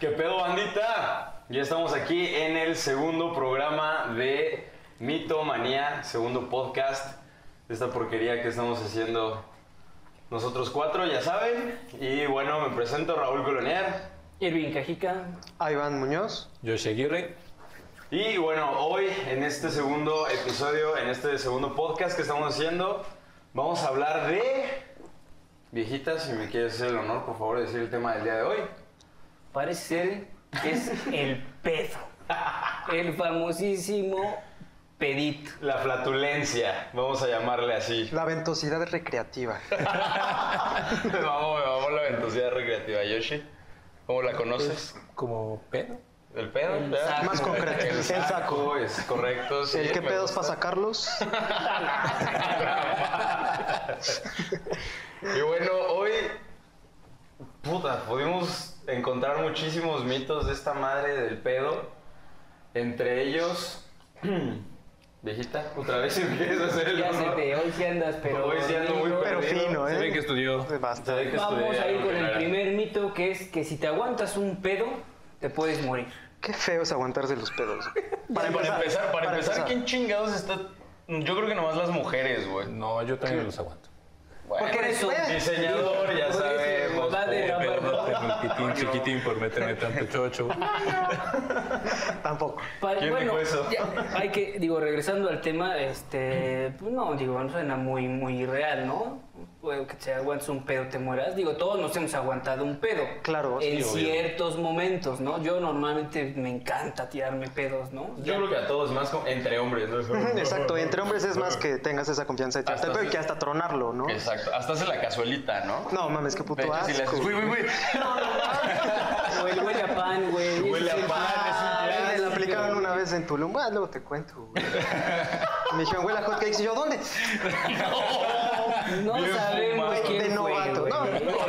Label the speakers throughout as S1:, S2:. S1: ¿Qué pedo, bandita? Ya estamos aquí en el segundo programa de Mitomanía, segundo podcast de esta porquería que estamos haciendo nosotros cuatro, ya saben. Y bueno, me presento Raúl Colonier.
S2: Irving Cajica.
S3: Ah, Iván Muñoz.
S4: Yo Aguirre.
S1: Y bueno, hoy en este segundo episodio, en este segundo podcast que estamos haciendo, vamos a hablar de... Viejitas, si me quieres hacer el honor, por favor, de decir el tema del día de hoy.
S2: Parece ser que es el pedo. El famosísimo pedito.
S1: La flatulencia, vamos a llamarle así.
S3: La ventosidad recreativa.
S1: Me mamó, me mamó la ventosidad recreativa, Yoshi. ¿Cómo la conoces?
S4: Como pedo.
S1: El pedo,
S2: El
S1: ¿verdad?
S2: saco.
S3: Pues, Más concreto, el saco.
S1: Es correcto. sí,
S3: ¿El qué
S1: me
S3: pedos para
S1: gusta.
S3: sacarlos?
S1: Y bueno, hoy. Puta, pudimos encontrar muchísimos mitos de esta madre del pedo. Entre ellos. Viejita, otra vez si me quieres hacer el
S2: Ya se
S1: honor.
S2: te, hoy sí andas, pero.
S1: Hoy sí ando muy
S2: digo,
S3: Pero
S1: Perdido.
S3: fino, ¿eh?
S4: Se ve que estudió.
S1: Se
S3: Basta.
S1: ve que
S2: Vamos
S1: estudié
S2: a ir
S1: algo
S2: con el
S1: general.
S2: primer mito que es que si te aguantas un pedo, te puedes morir.
S3: Qué feo es aguantarse los pedos. güey.
S1: Para empezar, para, empezar, ¿quién chingados está? Yo creo que nomás las mujeres, güey.
S4: No, yo también los aguanto.
S1: Bueno,
S2: Porque eres un
S1: diseñador, ya
S2: Por eso,
S1: sabemos,
S2: va de la
S4: Pero
S2: mano.
S4: no te chiquitín, chiquitín por meterme tanto chocho.
S3: Tampoco.
S2: Pa-
S1: ¿Quién
S2: bueno,
S1: dijo eso?
S2: ya, hay que, digo, regresando al tema, este, pues no, digo, no suena muy, muy real, ¿no? Bueno, que te aguantes un pedo, te mueras. Digo, todos nos hemos aguantado un pedo.
S3: Claro, sí,
S2: En
S4: obvio.
S2: ciertos momentos, ¿no? Yo normalmente me encanta tirarme pedos, ¿no?
S1: yo creo que a todos más como entre hombres, ¿no?
S3: Exacto, entre hombres es más que tengas esa confianza de tirarte
S1: Hasta
S3: el pedo y
S1: se-
S3: que hasta tronarlo, ¿no?
S1: Exacto. Hasta hace la cazuelita, ¿no?
S3: No mames, qué
S1: De
S3: puto
S1: hecho, si le
S3: asco.
S1: haces, uy, uy, uy.
S2: O el huele a pan, güey.
S1: Huele a
S2: Sí,
S1: pan,
S3: Ah,
S1: es un
S3: me la
S1: clásico.
S3: aplicaron una vez en Tulum. Ah, luego te cuento, güey. Me dijeron, güey, la hot cakes. Y yo, ¿dónde?
S2: No
S1: Bien
S2: sabemos
S1: fumado.
S2: quién
S3: De
S2: fue,
S3: novato,
S2: güey.
S3: no.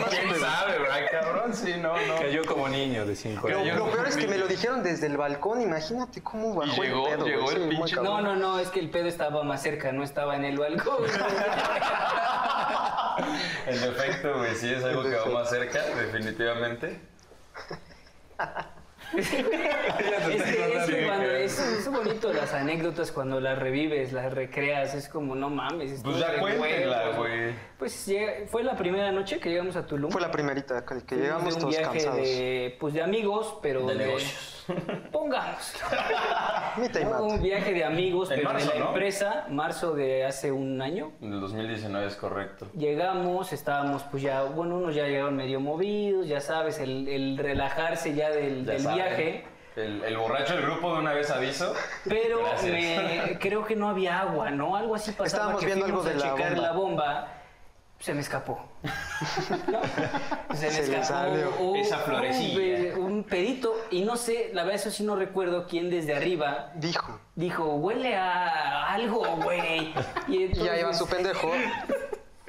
S1: ¿Quién sabe, verdad, cabrón? Sí, no, no.
S4: Cayó como niño de
S3: Lo,
S4: 5
S1: Pero
S4: años.
S1: yo-
S3: lo peor es que me lo dijeron desde el balcón. Imagínate cómo bajó
S1: llegó-
S3: el pedo. güey.
S1: llegó el
S3: Sí, muy
S1: pinche-
S3: cabrón.
S2: No, no, no, es que el pedo estaba más cerca, no estaba en el balcón.
S1: En efecto, güey, sí es algo
S3: En
S1: que va
S3: efecto.
S1: más cerca, definitivamente.
S2: Es que, es que
S4: Sí,
S2: cuando
S4: que-
S2: es, es bonito las anécdotas cuando las revives, las recreas, es como no mames. esto
S1: Pues
S2: es
S1: ya
S2: de
S1: cuéntenla,
S2: huevos.
S1: güey.
S2: Pues llega- fue la primera noche que llegamos a Tulum.
S3: Fue la primerita con la que
S2: Fuimos
S3: llegamos
S2: de un
S3: todos
S2: viaje
S3: cansados.
S2: De, pues de amigos, pero
S1: De negocios.
S2: Pongamos.
S3: Mita y mata.
S2: un viaje de amigos,
S1: En
S2: pero
S1: marzo,
S2: de la
S1: ¿no?
S2: empresa, marzo de hace un año.
S1: En el 2019 es correcto.
S2: Llegamos, estábamos pues ya, bueno, unos ya llegaron medio movidos, ya sabes, el, el relajarse ya del,
S1: Ya
S2: del
S1: saben.
S2: viaje.
S1: El, el borracho del grupo de una vez aviso.
S2: Pero
S1: Gracias.
S2: me, creo que no había agua, ¿no? Algo así pasaba.
S3: Estábamos
S2: que
S3: viendo algo
S2: fuimos
S3: de
S2: a
S3: la
S2: checar
S3: bomba.
S2: la bomba. Se me escapó. ¿No? Se me
S3: Se le
S2: escapó
S3: salió.
S2: un-
S1: Esa florecilla.
S2: Un, pe- un pedito. Y no sé, la verdad, eso sí no recuerdo quién desde arriba
S3: Dijo.
S2: dijo, huele a algo, güey. Y,
S3: Y ahí va
S2: entonces-
S3: su pendejo.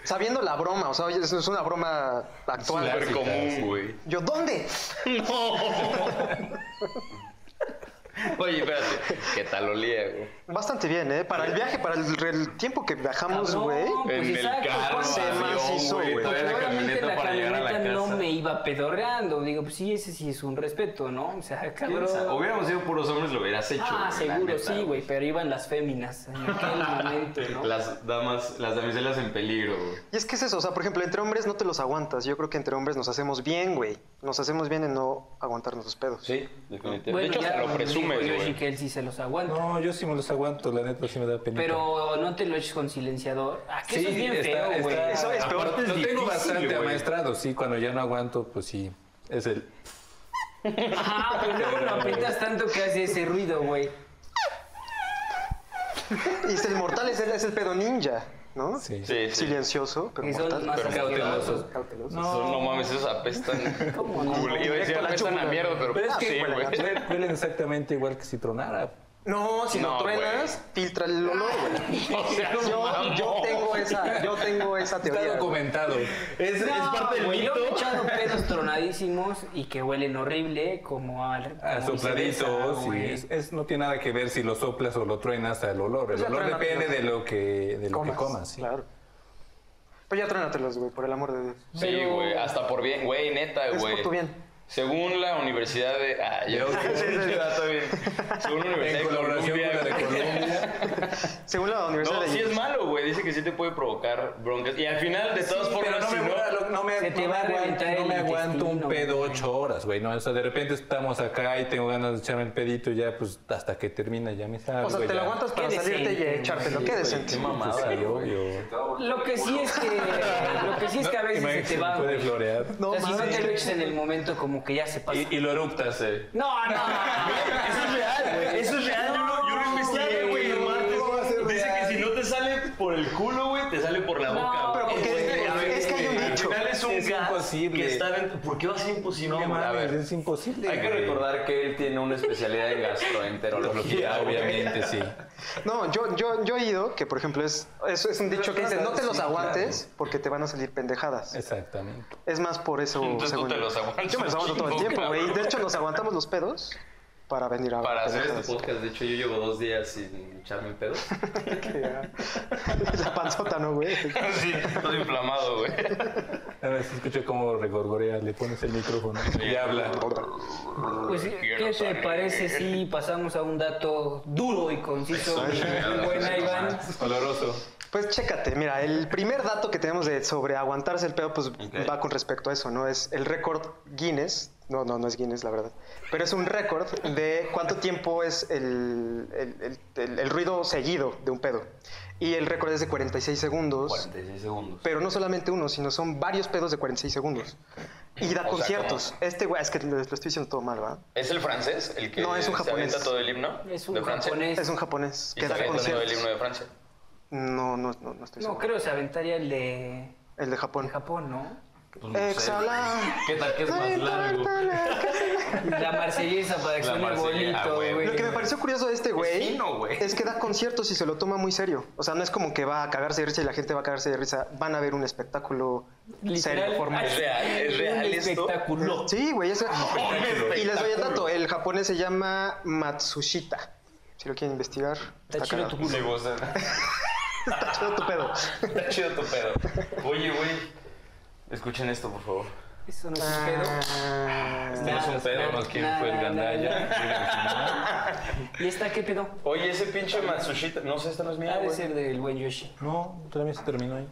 S3: Sabiendo la broma, o sea, oye, es es una broma actual.
S4: Súper
S3: güey.
S4: común,
S1: güey.
S3: Yo, ¿dónde?
S1: Oye, espérate. ¿Qué tal olía, güey?
S3: Bastante bien, ¿eh? Para el viaje, para el, el tiempo que viajamos,
S2: Cabrón,
S3: güey.
S2: pues
S1: En el
S2: exacto,
S1: carro,
S2: ¿cuánto?
S3: se
S1: avión,
S3: macizo,
S1: güey,
S3: güey.
S1: todavía la
S2: Claramente
S1: camioneta
S2: la
S1: para llegar a la
S2: camioneta
S1: casa.
S2: no me iba pedorreando. Digo, pues sí, ese sí es un respeto, ¿no? O sea, cabrón.
S1: Hubiéramos sido puros hombres, lo hubieras hecho.
S2: Ah,
S1: güey, la
S2: seguro,
S1: neta,
S2: sí, güey, pero iban las féminas en aquel momento, ¿no?
S1: Las damas, las damiselas en peligro, güey.
S3: Y es que es eso, o sea, por ejemplo, entre hombres no te los aguantas. Yo creo que entre hombres nos hacemos bien, güey. Nos hacemos bien en no aguantarnos los pedos.
S1: Sí, definitivamente.
S2: Bueno,
S1: de hecho,
S2: ya
S1: hasta lo
S2: dijo
S1: presumes,
S2: Yoshi
S1: güey.
S2: que él sí se los aguanta.
S4: No, yo sí me los aguanto, la neta sí me da penita.
S2: Pero no te lo eches con silenciador. Ah, que
S4: Sí,
S2: eso es bien
S4: está-
S2: feo, güey.
S4: está-
S3: Eso es peor,
S4: aparte
S3: es
S4: Lo tengo
S3: difícil,
S4: bastante
S1: güey.
S4: amaestrado, sí. Cuando ya no aguanto, pues sí. Es el.
S2: Ajá, pero luego lo aprietas tanto que hace ese ruido, güey.
S3: Y es el mortal es el, es el pedo ninja, ¿no?
S4: Sí.
S1: Sí, sí.
S3: Silencioso, pero
S2: Que son
S3: mortal.
S2: más
S4: pero
S2: asquerosos.
S4: cautelosos.
S3: Cauteloso.
S1: Son, no mames, esos apestan.
S2: ¿Cómo no?
S1: Cool. Iba a decir
S3: Directo a la
S1: apestan a
S3: chúpula.
S1: mierda, pero,
S4: Pero es que
S1: sí, güey.
S4: huelen- huelen exactamente igual que si tronara.
S3: No, si no,
S1: No,
S3: truenas, filtra el olor, güey.
S1: O sea,
S3: Yo, yo tengo esa, yo tengo esa
S4: Está
S3: teoría. güey.
S4: documentado.
S1: es, es parte del
S2: güey,
S1: mito.
S2: Yo he echado pedos tronadísimos y que huelen horrible, como al.
S4: Ah,
S2: como cerveza,
S4: sopladito, sí.
S2: güey.
S4: Es, es- no tiene nada que ver si lo soplas o lo truenas al olor. El
S3: ya
S4: olor
S3: truénatelo.
S4: depende de lo que, de lo que comas. sí.
S3: Claro. Pues ya trónatelos, güey, por el amor de Dios.
S1: Sí, güey, hasta por bien, güey, neta,
S3: Es
S1: güey.
S3: por tu bien.
S1: Según la Universidad de. Ah, ya
S4: Ya
S1: sé,
S4: sé.
S1: ese dato bien. Según la Universidad
S4: En
S1: de
S4: colaboración
S1: Colombia,
S4: con la de
S1: güey.
S4: Colombia.
S3: Según la Universidad
S1: No,
S3: de
S1: sí es malo, güey. Dice que sí te puede provocar broncas. Y al final, de todas
S4: Sí,
S1: formas,
S4: pero no
S1: si
S4: me, voy a lo- no me-
S2: Se te
S4: no me
S2: va a
S4: aguanto-
S2: reventar
S4: no
S2: el
S4: me aguanto un
S2: intestino,
S4: pedo
S2: güey.
S4: ocho horas, güey. No, o sea, de repente estamos acá y tengo ganas de echarme el pedito y ya, pues, hasta que termina, ya me sabe.
S3: O sea,
S4: güey,
S3: te lo
S4: ya.
S3: aguantas para
S2: Qué
S3: salirte y
S2: decente,
S3: echártelo. Qué decente.
S1: Qué mamada,
S4: Sí,
S1: güey.
S4: obvio.
S2: Lo que sí es que, lo que sí es que a
S4: No,
S2: veces se
S4: imagínate,
S2: te va.
S4: puede
S2: güey.
S4: florear.
S3: No,
S2: o sea, si no
S3: mames.
S2: te lo echas en el momento, como que ya se pasa.
S4: Y, y lo eructas, eh.
S2: No, no, no,
S1: Eso es real, güey. Eso es real. Yo lo, yo lo investigué, güey, el martes.
S4: ¿Cómo va a ser
S1: Dice
S4: real?
S1: que si no te sale por el culo, güey, te sale por la
S2: No,
S1: boca.
S2: pero
S1: güey.
S2: porque es
S1: güey,
S3: que-
S1: a ver,
S3: es que hay un
S1: güey,
S3: dicho.
S1: Al final es un
S4: Es
S1: gas
S4: imposible.
S1: que está dentro. ¿Por qué va a ser imposible?
S4: No,
S1: güey? A
S4: mames,
S1: ver.
S4: es imposible.
S1: Hay que
S4: güey.
S1: recordar que él tiene una especialidad en
S4: Teología,
S1: gastroenterología,
S4: obviamente, sí.
S3: No, yo, yo, yo he ido, que por ejemplo es, es, es un dicho que dice, no te los aguantes porque te van a salir pendejadas.
S4: Exactamente.
S3: Es más por eso,
S1: Entonces tú
S3: según
S1: te
S3: yo.
S1: los aguantas
S3: Yo me los aguanto
S1: un
S3: todo el
S1: chingo,
S3: tiempo, güey.
S1: cabrón.
S3: De hecho, nos aguantamos los pedos para venir a
S1: Para hacer este
S3: pendejadas.
S1: podcast, de hecho, yo llevo dos días sin echarme un pedo.
S3: La panzota, ¿no, güey?
S1: sí, todo inflamado, güey.
S4: A ver si escucho cómo regorgorea, le pones el micrófono y habla.
S2: Pues, ¿qué te parece si pasamos a un dato duro y conciso? Muy buena, Iván.
S4: Oloroso.
S3: Pues chécate, mira, el primer dato que tenemos de sobre aguantarse el pedo, pues va con respecto a eso, ¿no? Es el récord Guinness. No, no, no es Guinness, la verdad. Pero es un récord de cuánto tiempo es el, el- el- el- el ruido seguido de un pedo. Y el récord es de 46 segundos.
S1: 46 segundos.
S3: Pero no solamente uno, sino son varios pedos de 46 segundos. Y da
S1: O sea,
S3: conciertos. Este güey, es que lo lo estoy diciendo todo mal, ¿va?
S1: ¿Es el francés el que
S3: No, es un
S1: se
S3: japonés.
S1: avienta todo el himno?
S2: Es un
S1: de Francia?
S2: japonés.
S3: Es un japonés
S1: ¿Y
S3: que
S1: se
S3: da
S1: avienta todo el
S3: conciertos.
S1: himno de Francia?
S3: No, no, no, no estoy
S2: No,
S3: seguro.
S2: creo que se aventaría el de
S3: El de Japón.
S2: de Japón, ¿no?
S3: Exhala.
S1: ¿Qué tal que es más largo?
S2: La marsellesa para que
S1: La ah,
S2: suene
S1: marsellesa,
S2: bonito,
S1: güey.
S2: güey.
S3: Lo que me pareció curioso de este güey
S1: fino, güey.
S3: es que da conciertos y se lo toma muy serio. O sea, no es como que va a cagarse de risa y la gente va a cagarse de risa. Van a ver un espectáculo serio, formal.
S1: Es real, es real
S2: un
S1: esto.
S2: espectáculo.
S3: Sí, güey. es-
S1: espectáculo.
S3: Y les doy el dato. El japonés se llama Matsushita. Si lo quieren investigar.
S2: Está chido
S3: cagado.
S2: tu
S1: Sí, vos. eh. Está
S3: Está chido tu pedo.
S1: chido tu pedo. Oye, güey. Escuchen esto, por favor.
S2: Eso no es un pedo.
S1: Este
S3: Ah,
S1: no es
S2: Ah,
S1: un pedo, no quién fue el gandalla.
S2: ¿Y esta qué pedo?
S1: Oye, ese pinche Matsushita. No sé, esta no es mía,
S2: Ha de
S1: güey.
S2: ser del buen Yoshi.
S4: No, también se terminó ahí.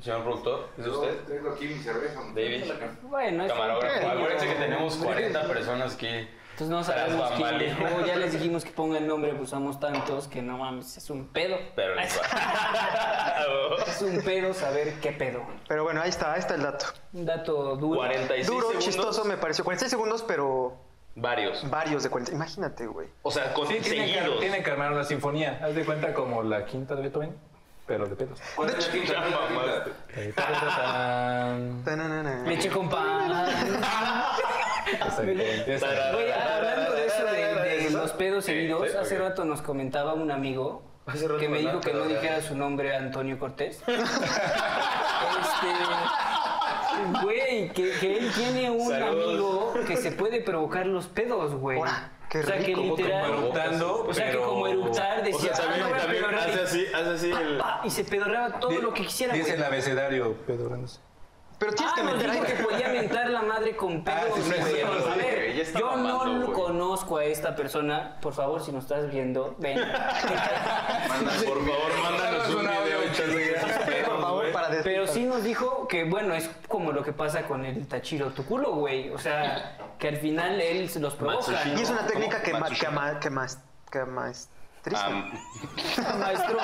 S1: Señor productor, ¿es usted?
S5: Tengo aquí mi cerveza. hombre.
S1: David.
S2: Bueno, Ah, es un
S1: Camarógrafo.
S2: pequeño-
S1: Acuérdense que tenemos 40 personas aquí.
S2: Entonces no
S1: tras
S2: sabemos quién
S1: bambalinas.
S2: dejó, ya les dijimos que pongan nombre, pues somos tantos que no mames, es un pedo.
S1: Pero les Ah, va.
S2: Es un pedo saber qué pedo.
S3: Pero bueno, ahí está, ahí está el dato.
S2: Un dato duro.
S1: 46
S3: Duro,
S1: segundos.
S3: chistoso me pareció. 46 segundos, pero
S1: Varios.
S3: varios de 40. Imagínate, güey.
S1: O sea, con
S4: Pues Sí, tiene que,
S1: seguidos.
S4: tiene que armar una sinfonía. Haz de cuenta como la quinta de Beethoven, pero de pedos.
S5: ¿Cuál es la quinta?
S1: Ya
S5: ¿Cuál es la
S1: mamaste.
S5: quinta?
S4: Tararán.
S3: Tananana.
S2: Leche con pan.
S4: Exactamente, esa.
S2: Güey, hablando de eso de, de los pedos
S1: Sí,
S2: seguidos,
S1: sí,
S2: hace
S1: ok.
S2: rato nos comentaba un amigo
S1: Hace rato
S2: que me dijo
S1: hablaste,
S2: que no
S1: ¿verdad?
S2: dijera su nombre Antonio Cortés. Este, Güey, que, que él tiene un
S1: Saludos.
S2: amigo que se puede provocar los pedos, güey.
S3: Ora, qué
S2: o sea, que
S3: rico, como
S2: literal.
S4: eructando,
S2: o sea,
S4: pero-
S2: que como eructar
S1: O
S2: decía.
S1: sea,
S2: "Ah,
S1: también,
S2: no,
S1: también
S2: pero
S1: hace
S2: ahorita-
S1: así, hace así el...
S2: pa", y se pedorreaba todo lo que quisiera,
S4: Dice
S2: güey.
S4: el abecedario, pedo. no sé.
S3: Pero tienes
S2: Ah,
S3: que
S2: nos
S3: meter
S2: dijo
S3: ahí.
S2: que podía mentar la madre con pedos.
S4: Ah, sí, sí, sí,
S2: güey.
S4: sí, sí,
S2: A ver,
S1: güey, ya está
S2: yo
S1: mamando,
S2: no
S1: güey.
S2: conozco a esta persona. Por favor, si nos estás viendo, ven.
S1: Manda, por favor, mándanos un video.
S3: Por favor, para des-
S2: Pero sí nos dijo que, bueno, es como lo que pasa con el tachiro tu culo, güey. O sea, que al final él se los provoca.
S1: Matsushita.
S3: Y es una técnica que, ma-
S1: Matsushita.
S3: que, ma- que más... Que más... Triste.
S1: "Ah,
S2: ¿no? Maestro.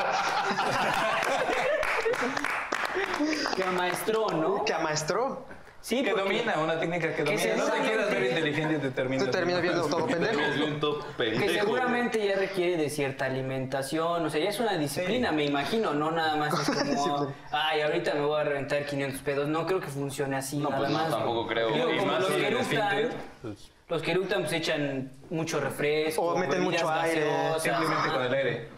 S2: Que amaestró, ¿no?
S3: que amaestró.
S2: Sí,
S4: Que
S2: porque-
S4: domina, una técnica que
S2: Que
S4: domina. No te
S2: seguramente-
S4: quieras ver inteligente, te terminas.
S3: Tú terminas viendo todo pendejo.
S2: Que seguramente ya requiere de cierta alimentación, o sea, ya es una disciplina, me imagino, no nada más es como,
S3: Disciplina.
S2: ay, ahorita me voy a reventar 500 pedos, no creo que funcione así,
S1: No,
S2: nada
S1: pues no,
S2: más.
S1: tampoco creo.
S2: Digo,
S1: Y
S2: como
S1: más
S2: los
S1: si
S2: que
S1: eres
S2: eructan,
S4: finter, pues-
S2: los que eructan pues echan mucho refresco,
S3: O meten
S2: bebidas
S3: mucho aire,
S2: gaseosas,
S4: Simplemente
S2: ajá.
S4: con el aire.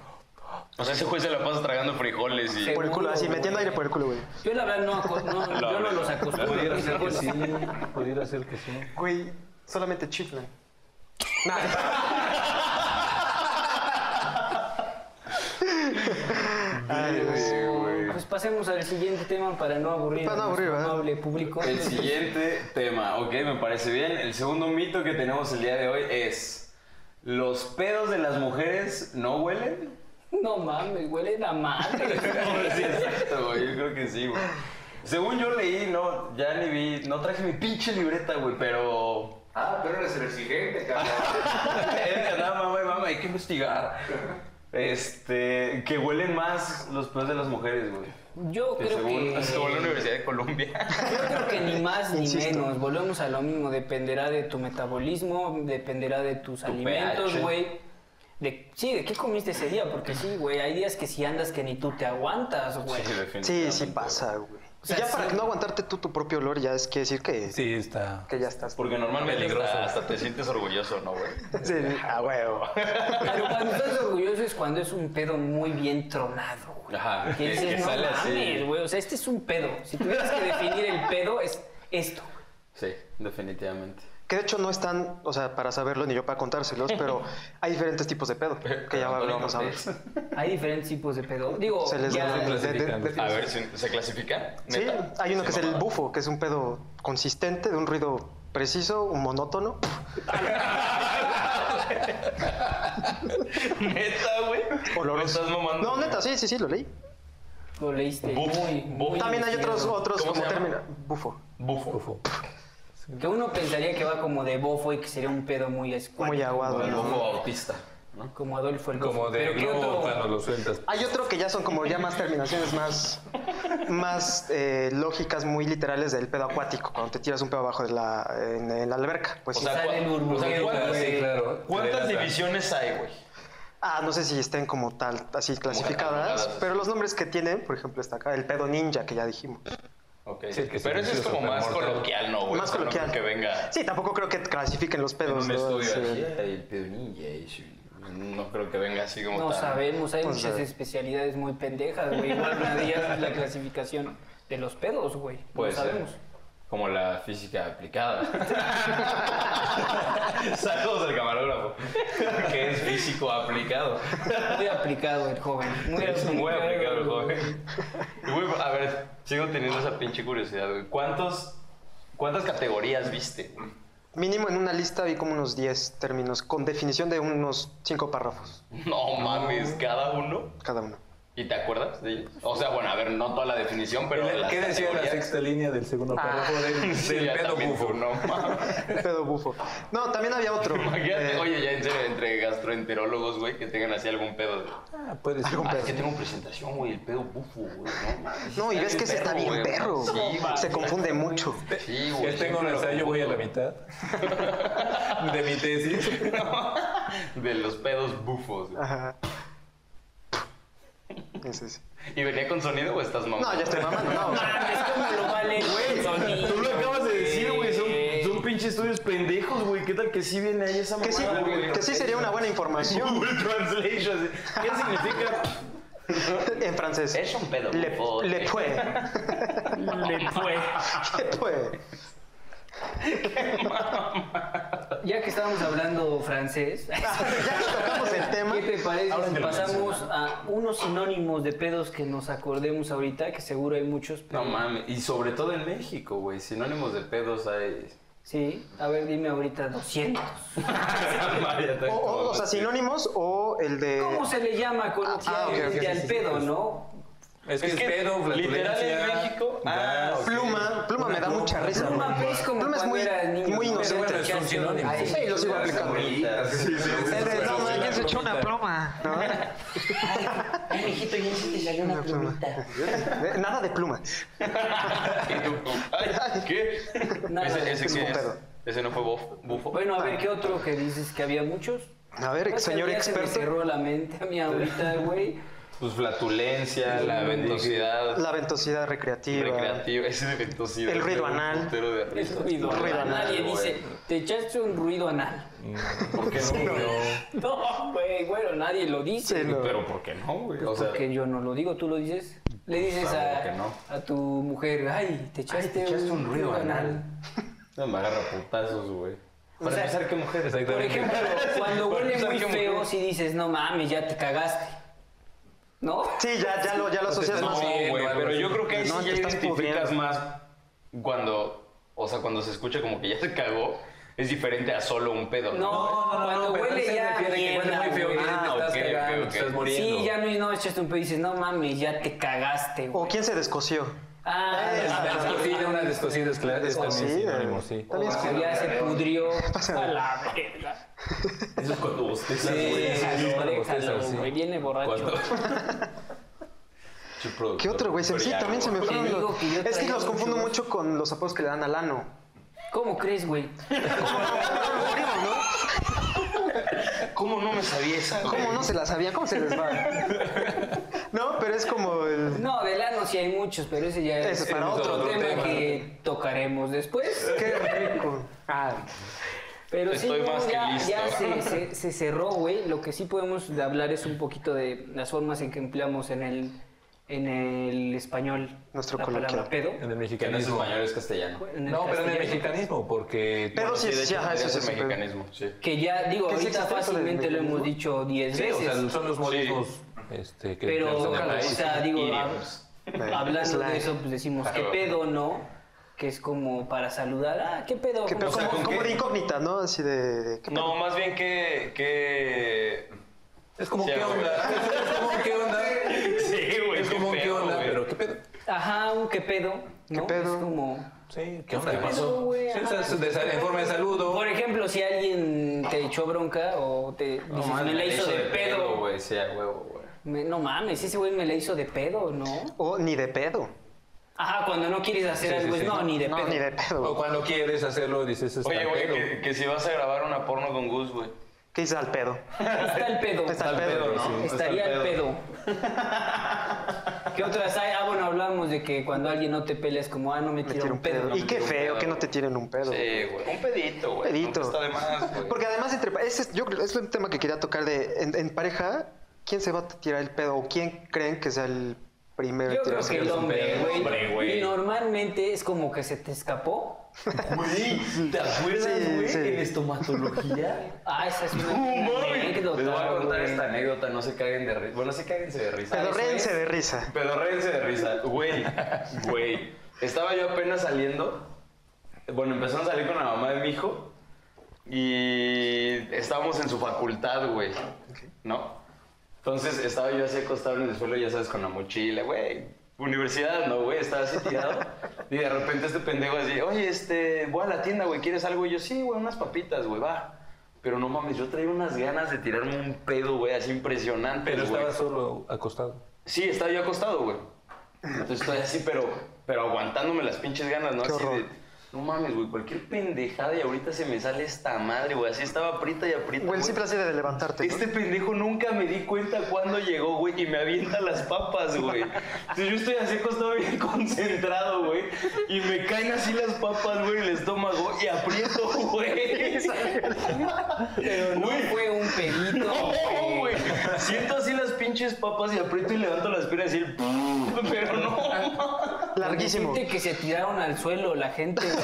S1: O sea, ese juez se la pasa tragando frijoles y...
S2: Sí.
S3: Por el culo, así,
S2: Seguro,
S3: metiendo
S2: güey.
S3: aire por el culo, güey.
S2: Yo la verdad no, aco- no-
S1: La
S2: yo no
S1: verdad.
S2: los acostumbro.
S4: pudiera ser que sí.
S3: Güey, solamente chiflan. Nah. Ay, Dios.
S2: Pues pasemos al siguiente tema para no aburrir
S3: Para no
S2: a nuestro
S3: aburrir, ¿verdad?
S2: amable público.
S1: El siguiente tema, ok, me parece bien. El segundo mito que tenemos el día de hoy es: ¿Los pedos de las mujeres no huelen?
S2: No mames, huele la madre.
S1: Sí, exacto, güey, yo creo que sí, güey. Según yo leí, no, ya ni vi, no traje mi pinche libreta, güey, pero.
S5: Ah, pero eres el exigente, cabrón.
S1: Era de, "No, mamá, y mamá, hay que investigar. Este, que huelen más los pedos de las mujeres, güey.
S2: Yo
S1: Que
S2: creo
S1: según,
S2: que.
S1: según Ah, la Universidad de Colombia.
S2: Yo creo que ni más ni
S3: Insisto.
S2: menos. Volvemos a lo mismo. Dependerá de tu metabolismo, dependerá de tus alimentos,
S1: pH.
S2: güey. De, sí, de qué comiste ese día, porque sí, güey. Hay días que si andas que ni tú te aguantas, güey.
S3: Sí, sí
S1: definitivamente.
S3: pasa, güey.
S2: O sea,
S3: y ya para
S2: sí.
S3: que no aguantarte tú tu propio olor, ya es que decir que,
S4: Sí, está.
S3: que ya estás.
S1: Porque normalmente
S4: Peligroso.
S1: hasta, hasta te sientes orgulloso, ¿no, güey?
S3: Sí, a huevo.
S2: Pero cuando estás orgulloso es cuando es un pedo muy bien tronado, güey.
S1: Ajá,
S2: Que
S1: que-
S2: dices,
S1: que
S2: no
S1: sale así".
S2: mames, güey. O sea, este es un pedo. Si tuvieras que definir el pedo, es esto.
S1: Sí, definitivamente.
S3: Que de hecho no están, o sea, para saberlo ni yo para contárselos, pero hay diferentes tipos de pedo que ya va a
S1: Pero
S3: haber
S1: no,
S3: no sabemos.
S2: Hay diferentes tipos de pedo. Digo,
S3: Se les
S2: ya-
S3: da
S4: se
S3: de- de-
S4: clasifican.
S3: de- de-
S4: A
S1: ver, ¿se, se clasifica?
S3: Sí, hay uno que es el bufo, que es un pedo consistente, de un ruido preciso, un monótono.
S1: Neta, güey. ¿Me
S3: Oloroso.
S1: estás mamando?
S3: No, neta, sí, sí, sí, lo leí.
S2: lo leíste.
S1: Buf,
S2: muy,
S1: buf.
S2: muy
S3: También hay otros,
S2: izquierdo.
S3: otros
S1: ¿Cómo
S3: como
S1: se llama?
S3: término. Bufo.
S1: Bufo.
S4: Ufo.
S2: Que uno pensaría que va como de bofo y que sería un pedo muy escuálido.
S3: Muy aguado,
S1: El
S3: ¿no?
S1: bufo bautista.
S2: Como Adolfo el
S4: Como
S2: Bofo.
S4: de
S2: ¿qué
S4: globo
S2: otro?
S4: cuando lo sueltas.
S3: Hay otro que ya son como ya más terminaciones más, más eh, lógicas, muy literales del pedo acuático, cuando te tiras un pedo abajo de la, en, en la alberca. Pues
S1: O
S3: sí.
S1: sea,
S2: Sale
S1: cua-
S2: el
S1: o sea,
S2: burbujeo,
S1: ¿cuántas-
S2: güey.
S4: Sí, claro.
S1: ¿Cuántas
S4: Relata.
S1: divisiones hay, güey?
S3: Ah, no sé si estén como tal, así clasificadas,
S1: catalogadas.
S3: pero los nombres que tienen, por ejemplo, está acá, el pedo ninja, que ya dijimos.
S1: Ok.
S4: Sí, que
S1: Pero
S4: sí,
S1: eso es
S4: sí,
S1: como más
S4: supermortal.
S1: coloquial, ¿no, güey?
S3: Más
S1: O sea, no creo
S3: coloquial.
S1: que venga
S3: Sí, tampoco creo que clasifiquen los
S1: en
S3: pedos.
S1: un
S3: ¿no?
S1: estudio
S3: Sí.
S1: así. "Ay, el pedo ninja", y sí, No creo que venga así como
S2: No
S1: tan-
S2: sabemos, hay
S3: O
S2: muchas
S3: sea.
S2: especialidades muy pendejas, güey. Igual una de ellas es la clasificación de los pedos, güey.
S1: Puede
S2: No
S1: ser.
S2: sabemos.
S1: Como la física aplicada. Saludos del camarógrafo. que es físico aplicado.
S2: Muy aplicado el joven. Muy
S1: Es
S2: aplicado.
S1: muy aplicado el joven. Y güey, a ver, sigo teniendo esa pinche curiosidad, güey. ¿Cuántos, ¿Cuántas categorías viste? güey?
S3: Mínimo en una lista vi como unos 10 términos, con definición de unos 5 párrafos
S1: No mames, cada uno.
S3: cada uno.
S1: ¿Y te acuerdas de ellos? O sea, bueno, a ver, no toda la definición, pero. las
S4: ¿Qué decía la
S1: categorías.
S4: sexta línea del segundo párrafo del,
S1: Sí,
S4: del
S1: ya
S4: pedo
S1: también
S4: bufo?
S1: tú, No mames.
S3: Pedo bufo. No, también había otro.
S1: Imagínate,
S3: eh,
S1: oye, ya en serio, entre gastroenterólogos, güey, que tengan así algún pedo. de,
S4: Ah, puede ser.
S3: algún
S1: Ah,
S3: pedo.
S1: es que tengo presentación, güey, el pedo bufo, güey. No, mames,
S3: No, y ves que se está bien
S1: güey.
S3: perro.
S1: Sí, güey.
S3: Se confunde mucho.
S1: Sí,
S4: Que
S1: güey.
S4: tengo un
S1: siempre lo
S4: ensayo, voy a la
S1: confundo.
S4: mitad de mi tesis.
S1: De los pedos bufos. güey.
S3: Ajá. Ese sí.
S1: ¿Y venía con sonido o estás mamando?
S3: No, ya estoy mamando, no. o sea,
S2: Es como lo vale el sonido,
S1: pinche estudios pendejos, güey. ¿Qué tal que sí viene ahí esa
S3: que, sí, que sí sería una buena información
S1: Google Translation. ¿Qué significa?
S3: en francés.
S1: Es un pedo
S3: Le,
S1: bufo. eh.
S3: le puede.
S2: Le fue.
S3: Le puede.
S2: Ya que estábamos hablando francés,
S3: Ya que tocamos el tema.
S2: ¿qué te parece
S1: Ahora
S2: si
S1: que lo
S2: pasamos a unos sinónimos de pedos que nos acordemos ahorita, que seguro hay muchos, pero
S1: No mames. Y sobre todo en México, güey. Sinónimos de pedos hay.
S2: sí, a ver, dime ahorita 200.
S3: O, o- o sea, sinónimos o el de.
S2: ¿Cómo se le llama coloquialmente
S3: Eh, ah, ok, ok, sí,
S2: al
S3: sí,
S2: pedo, no?
S4: Es que es,
S1: que
S4: pedo,
S1: literal en
S4: flatulencia,
S1: México,
S4: gas.
S1: ah,
S3: Pluma, pluma me da mucha risa.
S2: Pluma,
S3: güey.
S2: pues, como
S3: Pluma es
S2: cuando
S3: muy,
S2: era niño,
S3: muy
S2: ¿no?
S4: Pero bueno,
S3: inocente.
S4: es un sinónimo.
S2: Ahí
S3: Sí, lo sigo aplicando.
S1: Bolitas.
S3: El de,
S4: Pero
S3: no,
S4: sí,
S3: man,
S4: la
S3: ¿quién se echó una pluma? ¿No? Una pluma. Eh, Nada de pluma.
S1: Y tú, tú, ay, ¿Qué?
S2: Nada,
S1: ese, ese
S3: es
S1: qué
S3: un
S1: es?
S3: pedo.
S1: Ese no fue buf- bufo.
S2: Bueno, a ver, ¿qué otro que dices que había muchos?
S3: A ver,
S2: Pues,
S3: señor
S2: ya se me
S3: experto.
S2: cerró la mente a mí ahorita, güey.
S1: Pues flatulencia, la ventosidad
S3: La ventosidad recreativa.
S1: recreativa, ese de ventosidad.
S3: El ruido
S1: güey, un
S3: anal.
S1: putero de risa.
S2: Es ruido.
S3: Ruido
S2: anal.
S3: anal,
S2: Nadie
S1: güey.
S2: dice, te echaste un ruido anal.
S1: ¿Por qué no? güey?
S2: No, güey, bueno, nadie lo dice.
S3: Sí, lo-
S1: Pero ¿por qué no, güey? O sea,
S2: Pues Porque yo no lo digo, tú lo dices. Le
S4: pues,
S2: dices
S1: Claro que
S2: a,
S1: no.
S2: a tu mujer, ay, te echaste,
S1: echaste un ruido anal". no me agarra putazos, güey. Para
S2: sea,
S1: empezar, ¿qué mujeres?
S4: Exactamente.
S2: Por ejemplo, cuando
S1: Por
S2: huele
S1: pensar
S2: muy
S1: que mujer.
S2: feo, si dices, no mames, ya te cagaste. ¿No?
S3: Sí, ya, ya, lo, ya lo asocias
S1: No,
S3: más.
S1: güey,
S4: no,
S1: pero
S4: no,
S1: yo creo que ahí
S3: no,
S1: sí
S3: te
S1: ya
S3: estás
S1: identificas
S3: pudriendo.
S1: más cuando, o sea, cuando se escucha como que ya se cagó, es diferente a solo un pedo.
S2: No, cuando
S4: pero
S2: huele
S4: él se
S2: ya
S4: refiere que huele
S2: mierda,
S4: muy feo,
S2: güey.
S4: que te
S1: Ah,
S4: estás
S1: ok, ok,
S4: cagando,
S1: ok.
S4: te estás muriendo.
S2: Sí, ya no, no echaste un pedo y dices, no mames, ya te cagaste,
S3: O
S2: güey.
S3: quién se descosió.
S2: Ah,
S3: Eh,
S4: Ah,
S2: ya,
S4: Descosida, una descosida es claro, es también
S3: Descosida.
S4: sinónimo, sí.
S3: También es
S2: o
S3: que-
S2: ya se pudrió.
S3: Pásame.
S2: A la verga.
S4: Eso es cuando bostezas, güey. Sí,
S2: Déjalo,
S4: cuando
S2: déjalo,
S4: bostezas, sí.
S2: güey. Viene borracho.
S4: Cuando-
S3: ¿Qué otro, güey? Sí, también se me
S2: Te
S3: fueron
S2: digo
S3: los-
S2: que yo
S3: Es que
S2: traía
S3: los confundo
S2: muchos.
S3: mucho con los apodos que le dan al ano.
S2: ¿Cómo crees, güey?
S1: ¿Cómo no me sabía esa? güey?
S3: ¿Cómo no se la sabían? ¿Cómo se les va? No, pero es como el...
S2: No, del ano sí hay muchos, pero ese ya
S3: Ese
S2: es,
S3: es para
S2: otro,
S4: otro
S2: tema,
S4: tema.
S2: que tocaremos después.
S3: Qué rico.
S2: Ah, pero
S1: Estoy
S2: sí, no,
S1: más que
S2: ya,
S1: listo.
S2: ya se, se- se cerró, güey. Lo que sí podemos de hablar es un poquito de las formas en que empleamos en el, en el español
S3: Nuestro
S2: la palabra
S3: coloquial.
S2: pedo.
S4: En el
S1: Que no es
S4: mexicanismo.
S1: español, es castellano.
S2: en el
S4: No, pero en el
S2: castellano.
S4: mexicanismo, porque...
S3: Pero sí,
S1: de
S3: sí,
S1: hecho,
S3: ajá, eso
S1: es
S3: sí
S1: el
S3: es un pedo.
S1: mexicanismo, sí.
S2: Que ya, digo,
S3: ¿Que sí
S2: ahorita
S3: existe eso del
S2: fácilmente lo hemos
S3: mexicanismo?
S2: dicho 10
S4: Sí, o
S2: veces.
S4: sea, son los modismos este, que
S2: pero,
S4: utilizan en el
S2: o
S4: país.
S2: sea, digo, hab-
S1: Idioms.
S2: hablando
S3: Slang.
S2: de eso, pues decimos, ¿qué
S1: Claro.
S2: pedo, no? Que es como para saludar, ah, ¿qué pedo?
S3: Que,
S2: ¿Cómo
S3: pero
S1: sea,
S2: estás?
S3: como,
S1: ¿con
S3: como
S1: qué?
S3: de incógnita, ¿no? Así de... de- ¿qué
S1: No, más bien que... que...
S4: Es como,
S1: Sí,
S4: ¿qué
S1: güey.
S4: onda? Es como, ¿qué onda?
S1: Sí, güey,
S4: Es como,
S1: qué
S4: ¿qué
S1: pedo,
S4: onda?
S1: güey.
S4: Pero, ¿qué pedo?
S2: Ajá, un qué pedo, ¿no?
S3: pedo?
S2: Es como...
S4: Sí, ¿qué onda?
S1: ¿Qué pasó?
S2: güey?
S4: Sí, o sea, es de sal- en forma de saludo.
S2: Por ejemplo, si alguien te echó bronca o te dices,
S1: mames,
S2: me la hizo de pedo.
S1: güey. Sí, a huevo, güey.
S2: Me- no mames, ese güey me la hizo de pedo, ¿no?
S3: O ni de pedo.
S2: Ajá, cuando no quieres hacer
S4: Sí, sí,
S2: algo, es,
S4: sí.
S2: no, ni de
S3: No,
S2: pedo.
S3: ni de pedo.
S4: O
S3: güey.
S4: cuando quieres hacerlo, dices, está
S1: Oye, güey,
S4: pedo.
S1: que, que si vas a grabar una porno con Gus, güey.
S3: ¿Qué dices al pedo?
S2: Está el pedo.
S3: Está al pedo,
S4: pedo,
S3: ¿no?
S4: sí.
S2: Estaría el pedo. ¿Qué otras hay? Ah, bueno, hablamos de que cuando alguien no te pelea es como, ah, no me
S3: Me
S2: tira
S3: tiro
S2: un pedo.
S3: Y qué
S1: tiro un
S3: feo
S1: pedo.
S3: que no te tiren un pedo.
S1: Sí, güey. Un pedito, güey.
S3: Pedito.
S1: Nunca pues Está de más, güey.
S3: Porque además, entre, pa- ese es, yo creo- es el tema que quería tocar de en, en pareja, ¿quién se va a tirar el pedo? ¿O quién creen que sea el primero en
S2: Yo creo
S3: tirarse
S2: que
S3: el
S2: el
S3: pedo?
S2: hombre,
S1: pedo. Hombre,
S2: güey.
S1: güey.
S2: Y normalmente es como que se te escapó.
S1: Güey, ¿te acuerdas,
S3: Sí, sí.
S1: estomatología?
S2: Ah, esa es una
S1: Les
S2: anécdota,
S1: voy a contar
S2: güey.
S1: esta anécdota, no se caguen de risa. Bueno, se cáguense de risa.
S3: Pero
S2: eso
S3: réense
S2: es.
S3: de risa.
S1: Pero réense de risa. Güey, güey. Estaba yo apenas saliendo. Bueno, empezaron a salir con la mamá de mi hijo. Y estábamos en su facultad, güey. ¿No? Entonces estaba yo así acostado en el suelo, ya sabes, con la mochila, güey. Universidad, no, güey, estaba así tirado. Y de repente este pendejo así, oye, este, voy a la tienda, güey, ¿quieres algo? Y yo, sí, güey, unas papitas, güey, va. Pero no mames, yo traía unas ganas de tirarme un pedo, güey, así impresionante.
S4: Pero
S1: güey.
S4: estaba solo acostado.
S1: Sí, estaba yo acostado, güey. Entonces estoy así, pero, pero aguantándome las pinches ganas, ¿no?
S3: Qué
S1: Así
S3: horror.
S1: de, no mames, güey, cualquier pendejada y ahorita se me sale esta madre, güey. Así estaba aprieta y aprieta.
S3: O el
S1: güey.
S3: simple así de levantarte. ¿no?
S1: Este pendejo nunca me di cuenta cuándo llegó, güey, y me avienta las papas, güey. Entonces yo estoy así acostado bien concentrado, güey, y me caen así las papas, güey, en el estómago y aprieto, güey.
S2: Pero no
S1: Güey.
S2: fue un pedito.
S1: No, güey. Siento así las pinches papas y aprieto y levanto las piernas y el pero no.
S3: Larguísimo.
S2: Gente que se tiraron al suelo, la gente. güey.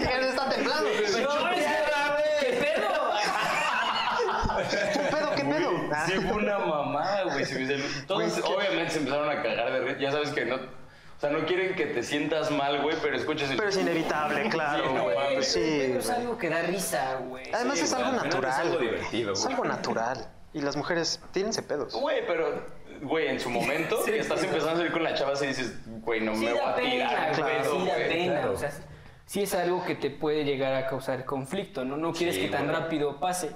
S3: Dijeron, está temblando.
S2: "Ah, No, es que- ¿Qué pedo?
S3: ¿Qué pedo? ¿Qué pedo? Ah,
S1: Sí fue una mamada, güey. se me salió. Todos
S3: Güey, es que-
S1: obviamente se empezaron a cagar de risa. Ya sabes que no. O sea, no quieren que te sientas mal, güey, pero escuchas el.
S3: Pero es inevitable, claro.
S1: Sí, no mames.
S3: güey.
S2: Pero
S3: Sí.
S2: es algo que da risa, güey.
S3: Además
S1: Sí,
S3: es
S1: güey,
S3: algo
S1: al final
S3: natural.
S1: es algo
S3: güey.
S1: divertido,
S3: Es
S1: güey.
S3: algo natural. Y las mujeres, tírense pedos.
S1: Güey, pero. Güey, en su momento,
S2: Sí,
S1: que estás
S2: sí.
S1: empezando a salir con la chava, y dices, güey, no
S2: Sí
S1: me voy
S2: da
S1: a
S2: pena,
S1: tirar,
S2: güey.
S1: pedo,
S2: Sí da
S1: güey.
S2: pena.
S4: claro.
S2: O sea, sí es algo que te puede llegar a causar conflicto, ¿no? No quieres
S1: Sí,
S2: que tan
S1: güey.
S2: rápido pase.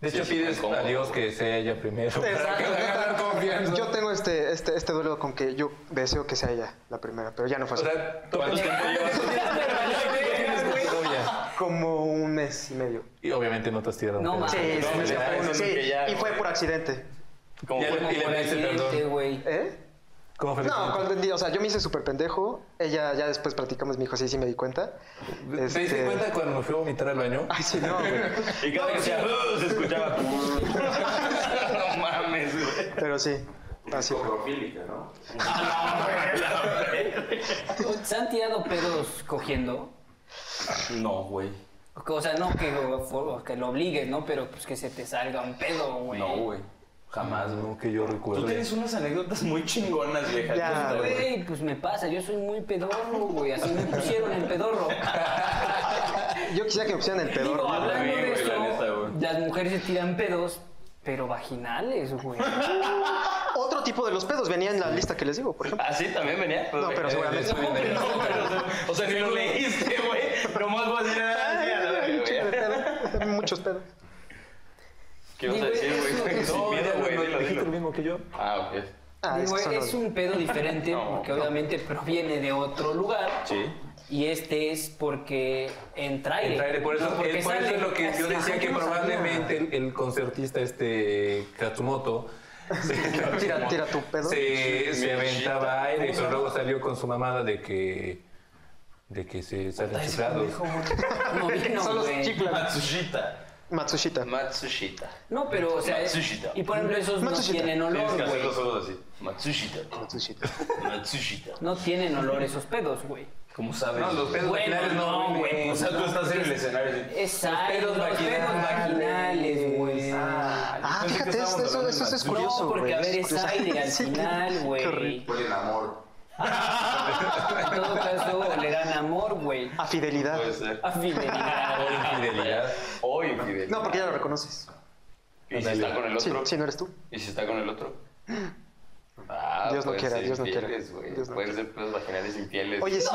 S4: De
S1: Sí,
S4: hecho,
S1: sí,
S4: pides
S1: incómodo.
S4: a Dios que sea ella primero. Para que ganar confianza.
S3: Yo tengo este, este, este duelo con que yo deseo que sea ella la primera, pero ya no fue
S4: O
S3: así.
S4: sea, ¿cuánto tiempo llevas? Cebolla.
S3: Como un mes y medio.
S4: Y obviamente no te has tirado. un
S2: No,
S4: pedo.
S2: mames.
S3: Sí,
S2: Ah,
S3: sí,
S1: no,
S3: me
S1: ya,
S3: escapó
S1: eso
S3: uno,
S1: es
S3: sí.
S1: que ya,
S3: y fue
S1: güey.
S3: por accidente.
S1: Como
S4: Ya
S1: fue-
S4: le- y le
S2: Por
S4: pediste
S2: accidente,
S4: perdón.
S2: güey.
S3: ¿Eh?
S4: ¿Cómo fue?
S3: No, cuando, o sea, yo me hice súper pendejo. Ella, ya después platicamos, me dijo, sí, sí me di cuenta.
S4: ¿Te diste
S3: Este-
S4: cuenta cuando me fui a vomitar al baño?
S3: Ay, sí, no, güey.
S1: Y cada que hacía, "Ugh", se escuchaba. "Uh". no mames, güey.
S3: Pero sí, así fue.
S5: Coprofílica, ¿no?
S1: Ah,
S2: ¿Se han tirado pedos cogiendo?
S1: No, güey.
S2: O sea, no que, que lo obligues, ¿no? Pero pues que se te salga un pedo, güey.
S1: No, güey.
S4: Jamás, no, que yo
S1: Tú
S4: recuerde.
S1: tienes unas anécdotas muy chingonas, vieja.
S3: Ya,
S1: Cuéntame.
S2: Güey, pues me pasa, yo soy muy pedorro, güey. Así me pusieron el pedorro.
S3: Yo quisiera que me pusieran el pedor.
S2: Digo, hablando
S1: también,
S2: de
S1: güey,
S2: eso,
S1: la neta, güey.
S2: las mujeres se tiran pedos, pero vaginales, güey.
S3: Otro tipo de los pedos venía en la lista que les digo, por ejemplo.
S1: Ah, sí, también venía.
S3: No, pero seguramente.
S1: No, pero, o sea, ni lo leíste, güey. Nomás vas a decir, ah, sí, a la
S3: Hay
S1: verga,
S3: un chingo
S1: güey.
S3: de pedos, hay Muchos pedos.
S1: ¿Qué ibas a
S2: Digo,
S1: decir,
S2: eso-
S1: güey?
S2: eso-
S1: Sin miedo,
S4: no,
S1: güey,
S4: no,
S1: dilo,
S4: dijiste lo
S1: dilo.
S4: mismo que yo.
S1: Ah, ok.
S3: Ah, es
S2: Digo,
S3: que son
S2: es
S3: los-
S2: un pedo diferente
S1: No,
S2: porque
S1: no.
S2: obviamente proviene de otro lugar.
S1: Sí.
S2: Y este es porque entra aire.
S4: Entra aire, Por eso,
S2: No, porque
S4: es, por eso
S2: sale.
S4: es lo que yo
S2: Ajá,
S4: decía que
S2: no sabía.
S4: probablemente el, el concertista este Katsumoto se,
S3: Tira- tira tu pedo.
S4: se, se
S1: Mechita.
S4: aventaba aire, pero luego salió con su mamada de que de que se salen
S2: Ay, se me
S4: chiflados.
S2: dijo, güey. No vino,
S3: Son los
S2: güey.
S3: chicles.
S1: Matsushita.
S3: Matsushita.
S1: Matsushita.
S2: No, pero, o sea, es-
S1: Matsushita.
S2: y por ejemplo, esos
S3: Matsushita.
S2: no tienen
S1: Tienes que
S2: olor,
S1: hacer
S2: güey.
S1: los ojos así. Matsushita.
S3: Matsushita.
S1: Matsushita.
S2: No tienen olor esos pedos, güey.
S1: ¿Cómo sabes?
S4: No, los pedos
S2: Bueno,
S4: vaginales
S2: no,
S4: no,
S2: güey,
S1: O sea, tú estás en el escenario así.
S2: Es aire, los pedos vaginales, güey.
S3: Ah,
S1: Pensé que
S3: fíjate,
S1: estábamos
S3: eso, eso,
S1: hablando de
S3: eso es
S1: Matsushita.
S3: curioso.
S2: no, porque
S3: güey,
S2: a ver, es
S3: curioso.
S2: aire al
S3: Sí, qué-
S2: final,
S3: qué
S2: güey.
S3: horrible.
S5: Fue el amor.
S2: En todo caso, le dan amor, güey.
S3: A fidelidad.
S1: Puede ser.
S2: A fidelidad.
S4: Por infidelidad.
S1: Ah. O infidelidad.
S3: No, porque ya lo reconoces.
S1: ¿Y si está con el
S3: Si
S1: otro?
S3: no eres tú.
S1: ¿Y si está con el otro? Ah,
S3: Dios no
S1: pueden
S3: quiera,
S1: ser
S3: Dios no quiera.
S1: infieles, güey.
S3: Dios no
S1: Pueden ser pedos vaginales infieles.
S3: Oye, sí.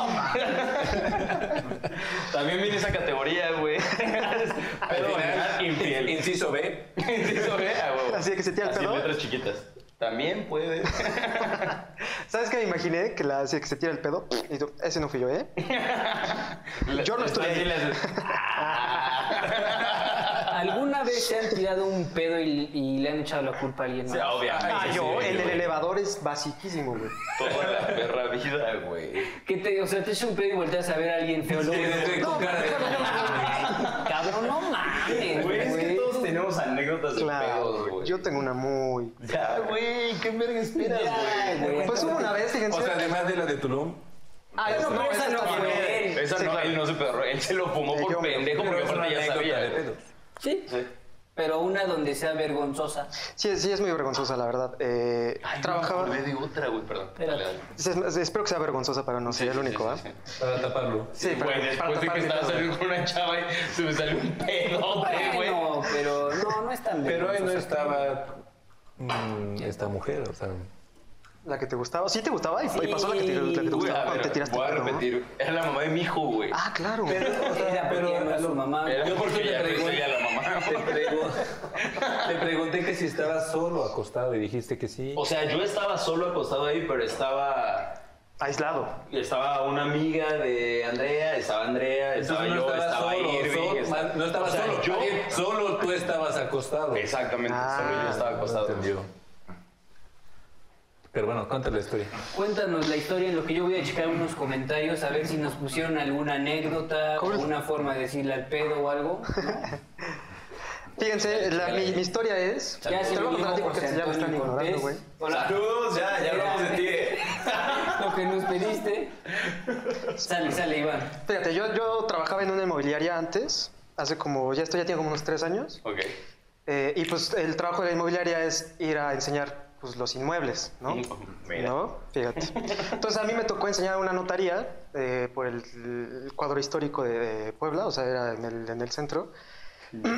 S1: También viene esa categoría, güey.
S4: Al
S1: Pedo vaginal
S4: final,
S1: infiel.
S4: inciso B,
S1: Inciso B, ah, güey.
S3: Así de que se tira el
S1: Así en
S3: pedo.
S1: letras chiquitas. También puede.
S3: ¿Sabes qué me imaginé? Que la así que se tira el pedo. Y tú, ese no fui yo, ¿eh? Yo no estuve
S1: Así
S3: ahí.
S1: le haces.
S2: ¿Alguna vez se han tirado un pedo y, y le han echado la culpa a alguien más?
S1: Sí, obviamente.
S3: Ah,
S1: sí,
S3: yo,
S1: sí,
S3: el del
S1: güey.
S3: elevador es basiquísimo, güey.
S1: Toda la perra vida, güey.
S2: Que te, o sea, te echa un pedo y volteas a ver a alguien feo. luego,
S4: estoy con cara de-
S2: Cabrón, no mames,
S1: Güey, es que
S2: güey.
S1: todos tenemos anécdotas de pedos,
S3: Claro.
S1: güey.
S3: Yo tengo una muy.
S1: Ya, güey, qué verga esperas,
S2: Ya,
S1: güey.
S2: güey.
S3: Pues hubo una vez,
S4: o
S3: fíjense.
S4: sea, además de la de Tulum,
S3: Ay,
S2: Pero esa no
S3: está
S2: fue
S3: bien.
S2: él.
S1: Esa
S3: Sí,
S1: no,
S3: claro.
S1: él no se perró, él se lo fumó
S3: Sí,
S1: por
S3: yo me lo
S1: pendejo
S4: pero
S1: porque
S4: es una
S1: aparte ya
S4: anécdota
S1: sabía.
S4: de
S1: güey.
S4: pedos.
S2: Sí,
S1: Sí.
S2: pero una donde sea vergonzosa.
S3: Sí, es- sí, es muy vergonzosa, la verdad. Eh, trabajaba.
S1: Me acordé de otra, güey, perdón.
S2: Espérate.
S1: Dale, dale.
S3: Sí, es- espero que sea vergonzosa para no ser el único, ¿ah?
S1: Sí,
S4: para taparlo.
S1: Sí,
S3: Sí, para-
S1: güey,
S3: para
S1: después de
S3: tapar
S1: que
S3: mi
S1: estaba
S3: pedo.
S1: saliendo con una chava y se me salió un pedote, güey.
S2: Bueno, pero no, no es tan
S4: Pero ahí no
S2: vergonzosa.
S4: estaba mm, esta mujer, o sea,
S3: La que te gustaba. Sí, te gustaba y, y pasó la que te, la que te
S1: Güey, a
S3: gustaba
S1: ver,
S3: cuando te tiraste
S1: Voy a
S3: el pedo, ¿no?
S1: repetir, era la mamá de mi hijo, güey.
S3: Ah, claro.
S2: Era porque
S4: pero-
S2: no es su mamá.
S1: Era
S4: yo por
S1: porque
S4: qué
S1: ya
S4: me
S1: pensé
S4: pregunto.
S1: ya la mamá.
S4: Te, pregun- te pregunté que si estabas solo acostado y dijiste que sí.
S1: O sea, yo estaba solo acostado ahí, pero estaba...
S3: Aislado.
S1: Estaba una amiga de Andrea, estaba Andrea, estaba
S4: Entonces
S1: yo, estaba Irving.
S4: solo,
S1: estaba-
S4: no estabas
S1: o sea,
S4: solo,
S1: Yo,
S4: alguien- solo tú estabas acostado.
S1: Exactamente, solo yo
S3: Ah,
S1: estaba acostado.
S4: Entendió. Pero bueno, cuéntale la historia.
S2: Cuéntanos la historia en lo que yo voy a checar unos comentarios a ver si nos pusieron alguna anécdota,
S3: Cool.
S2: alguna forma de decirle al pedo o algo.
S3: Fíjense, la- mi, mi historia es.
S2: Ya se
S3: te lo voy a
S2: unió
S3: contar a ti porque
S2: José
S3: ya me están
S2: Antonio Cortés.
S3: ignorando, güey.
S2: Hola.
S1: Saludos, ya, ya hablamos de ti, eh.
S2: Lo que nos pediste. Sale, sale, Iván.
S3: Fíjate, yo, yo trabajaba en una inmobiliaria antes, hace como, ya esto ya tiene como unos tres años.
S1: Ok.
S3: Eh, y pues el trabajo de la inmobiliaria es ir a enseñar pues, los inmuebles, ¿no?
S1: Mira.
S3: ¿No? Fíjate. Entonces a mí me tocó enseñar una notaría eh, por el, el cuadro histórico de, de Puebla, o sea, era en el, en el centro.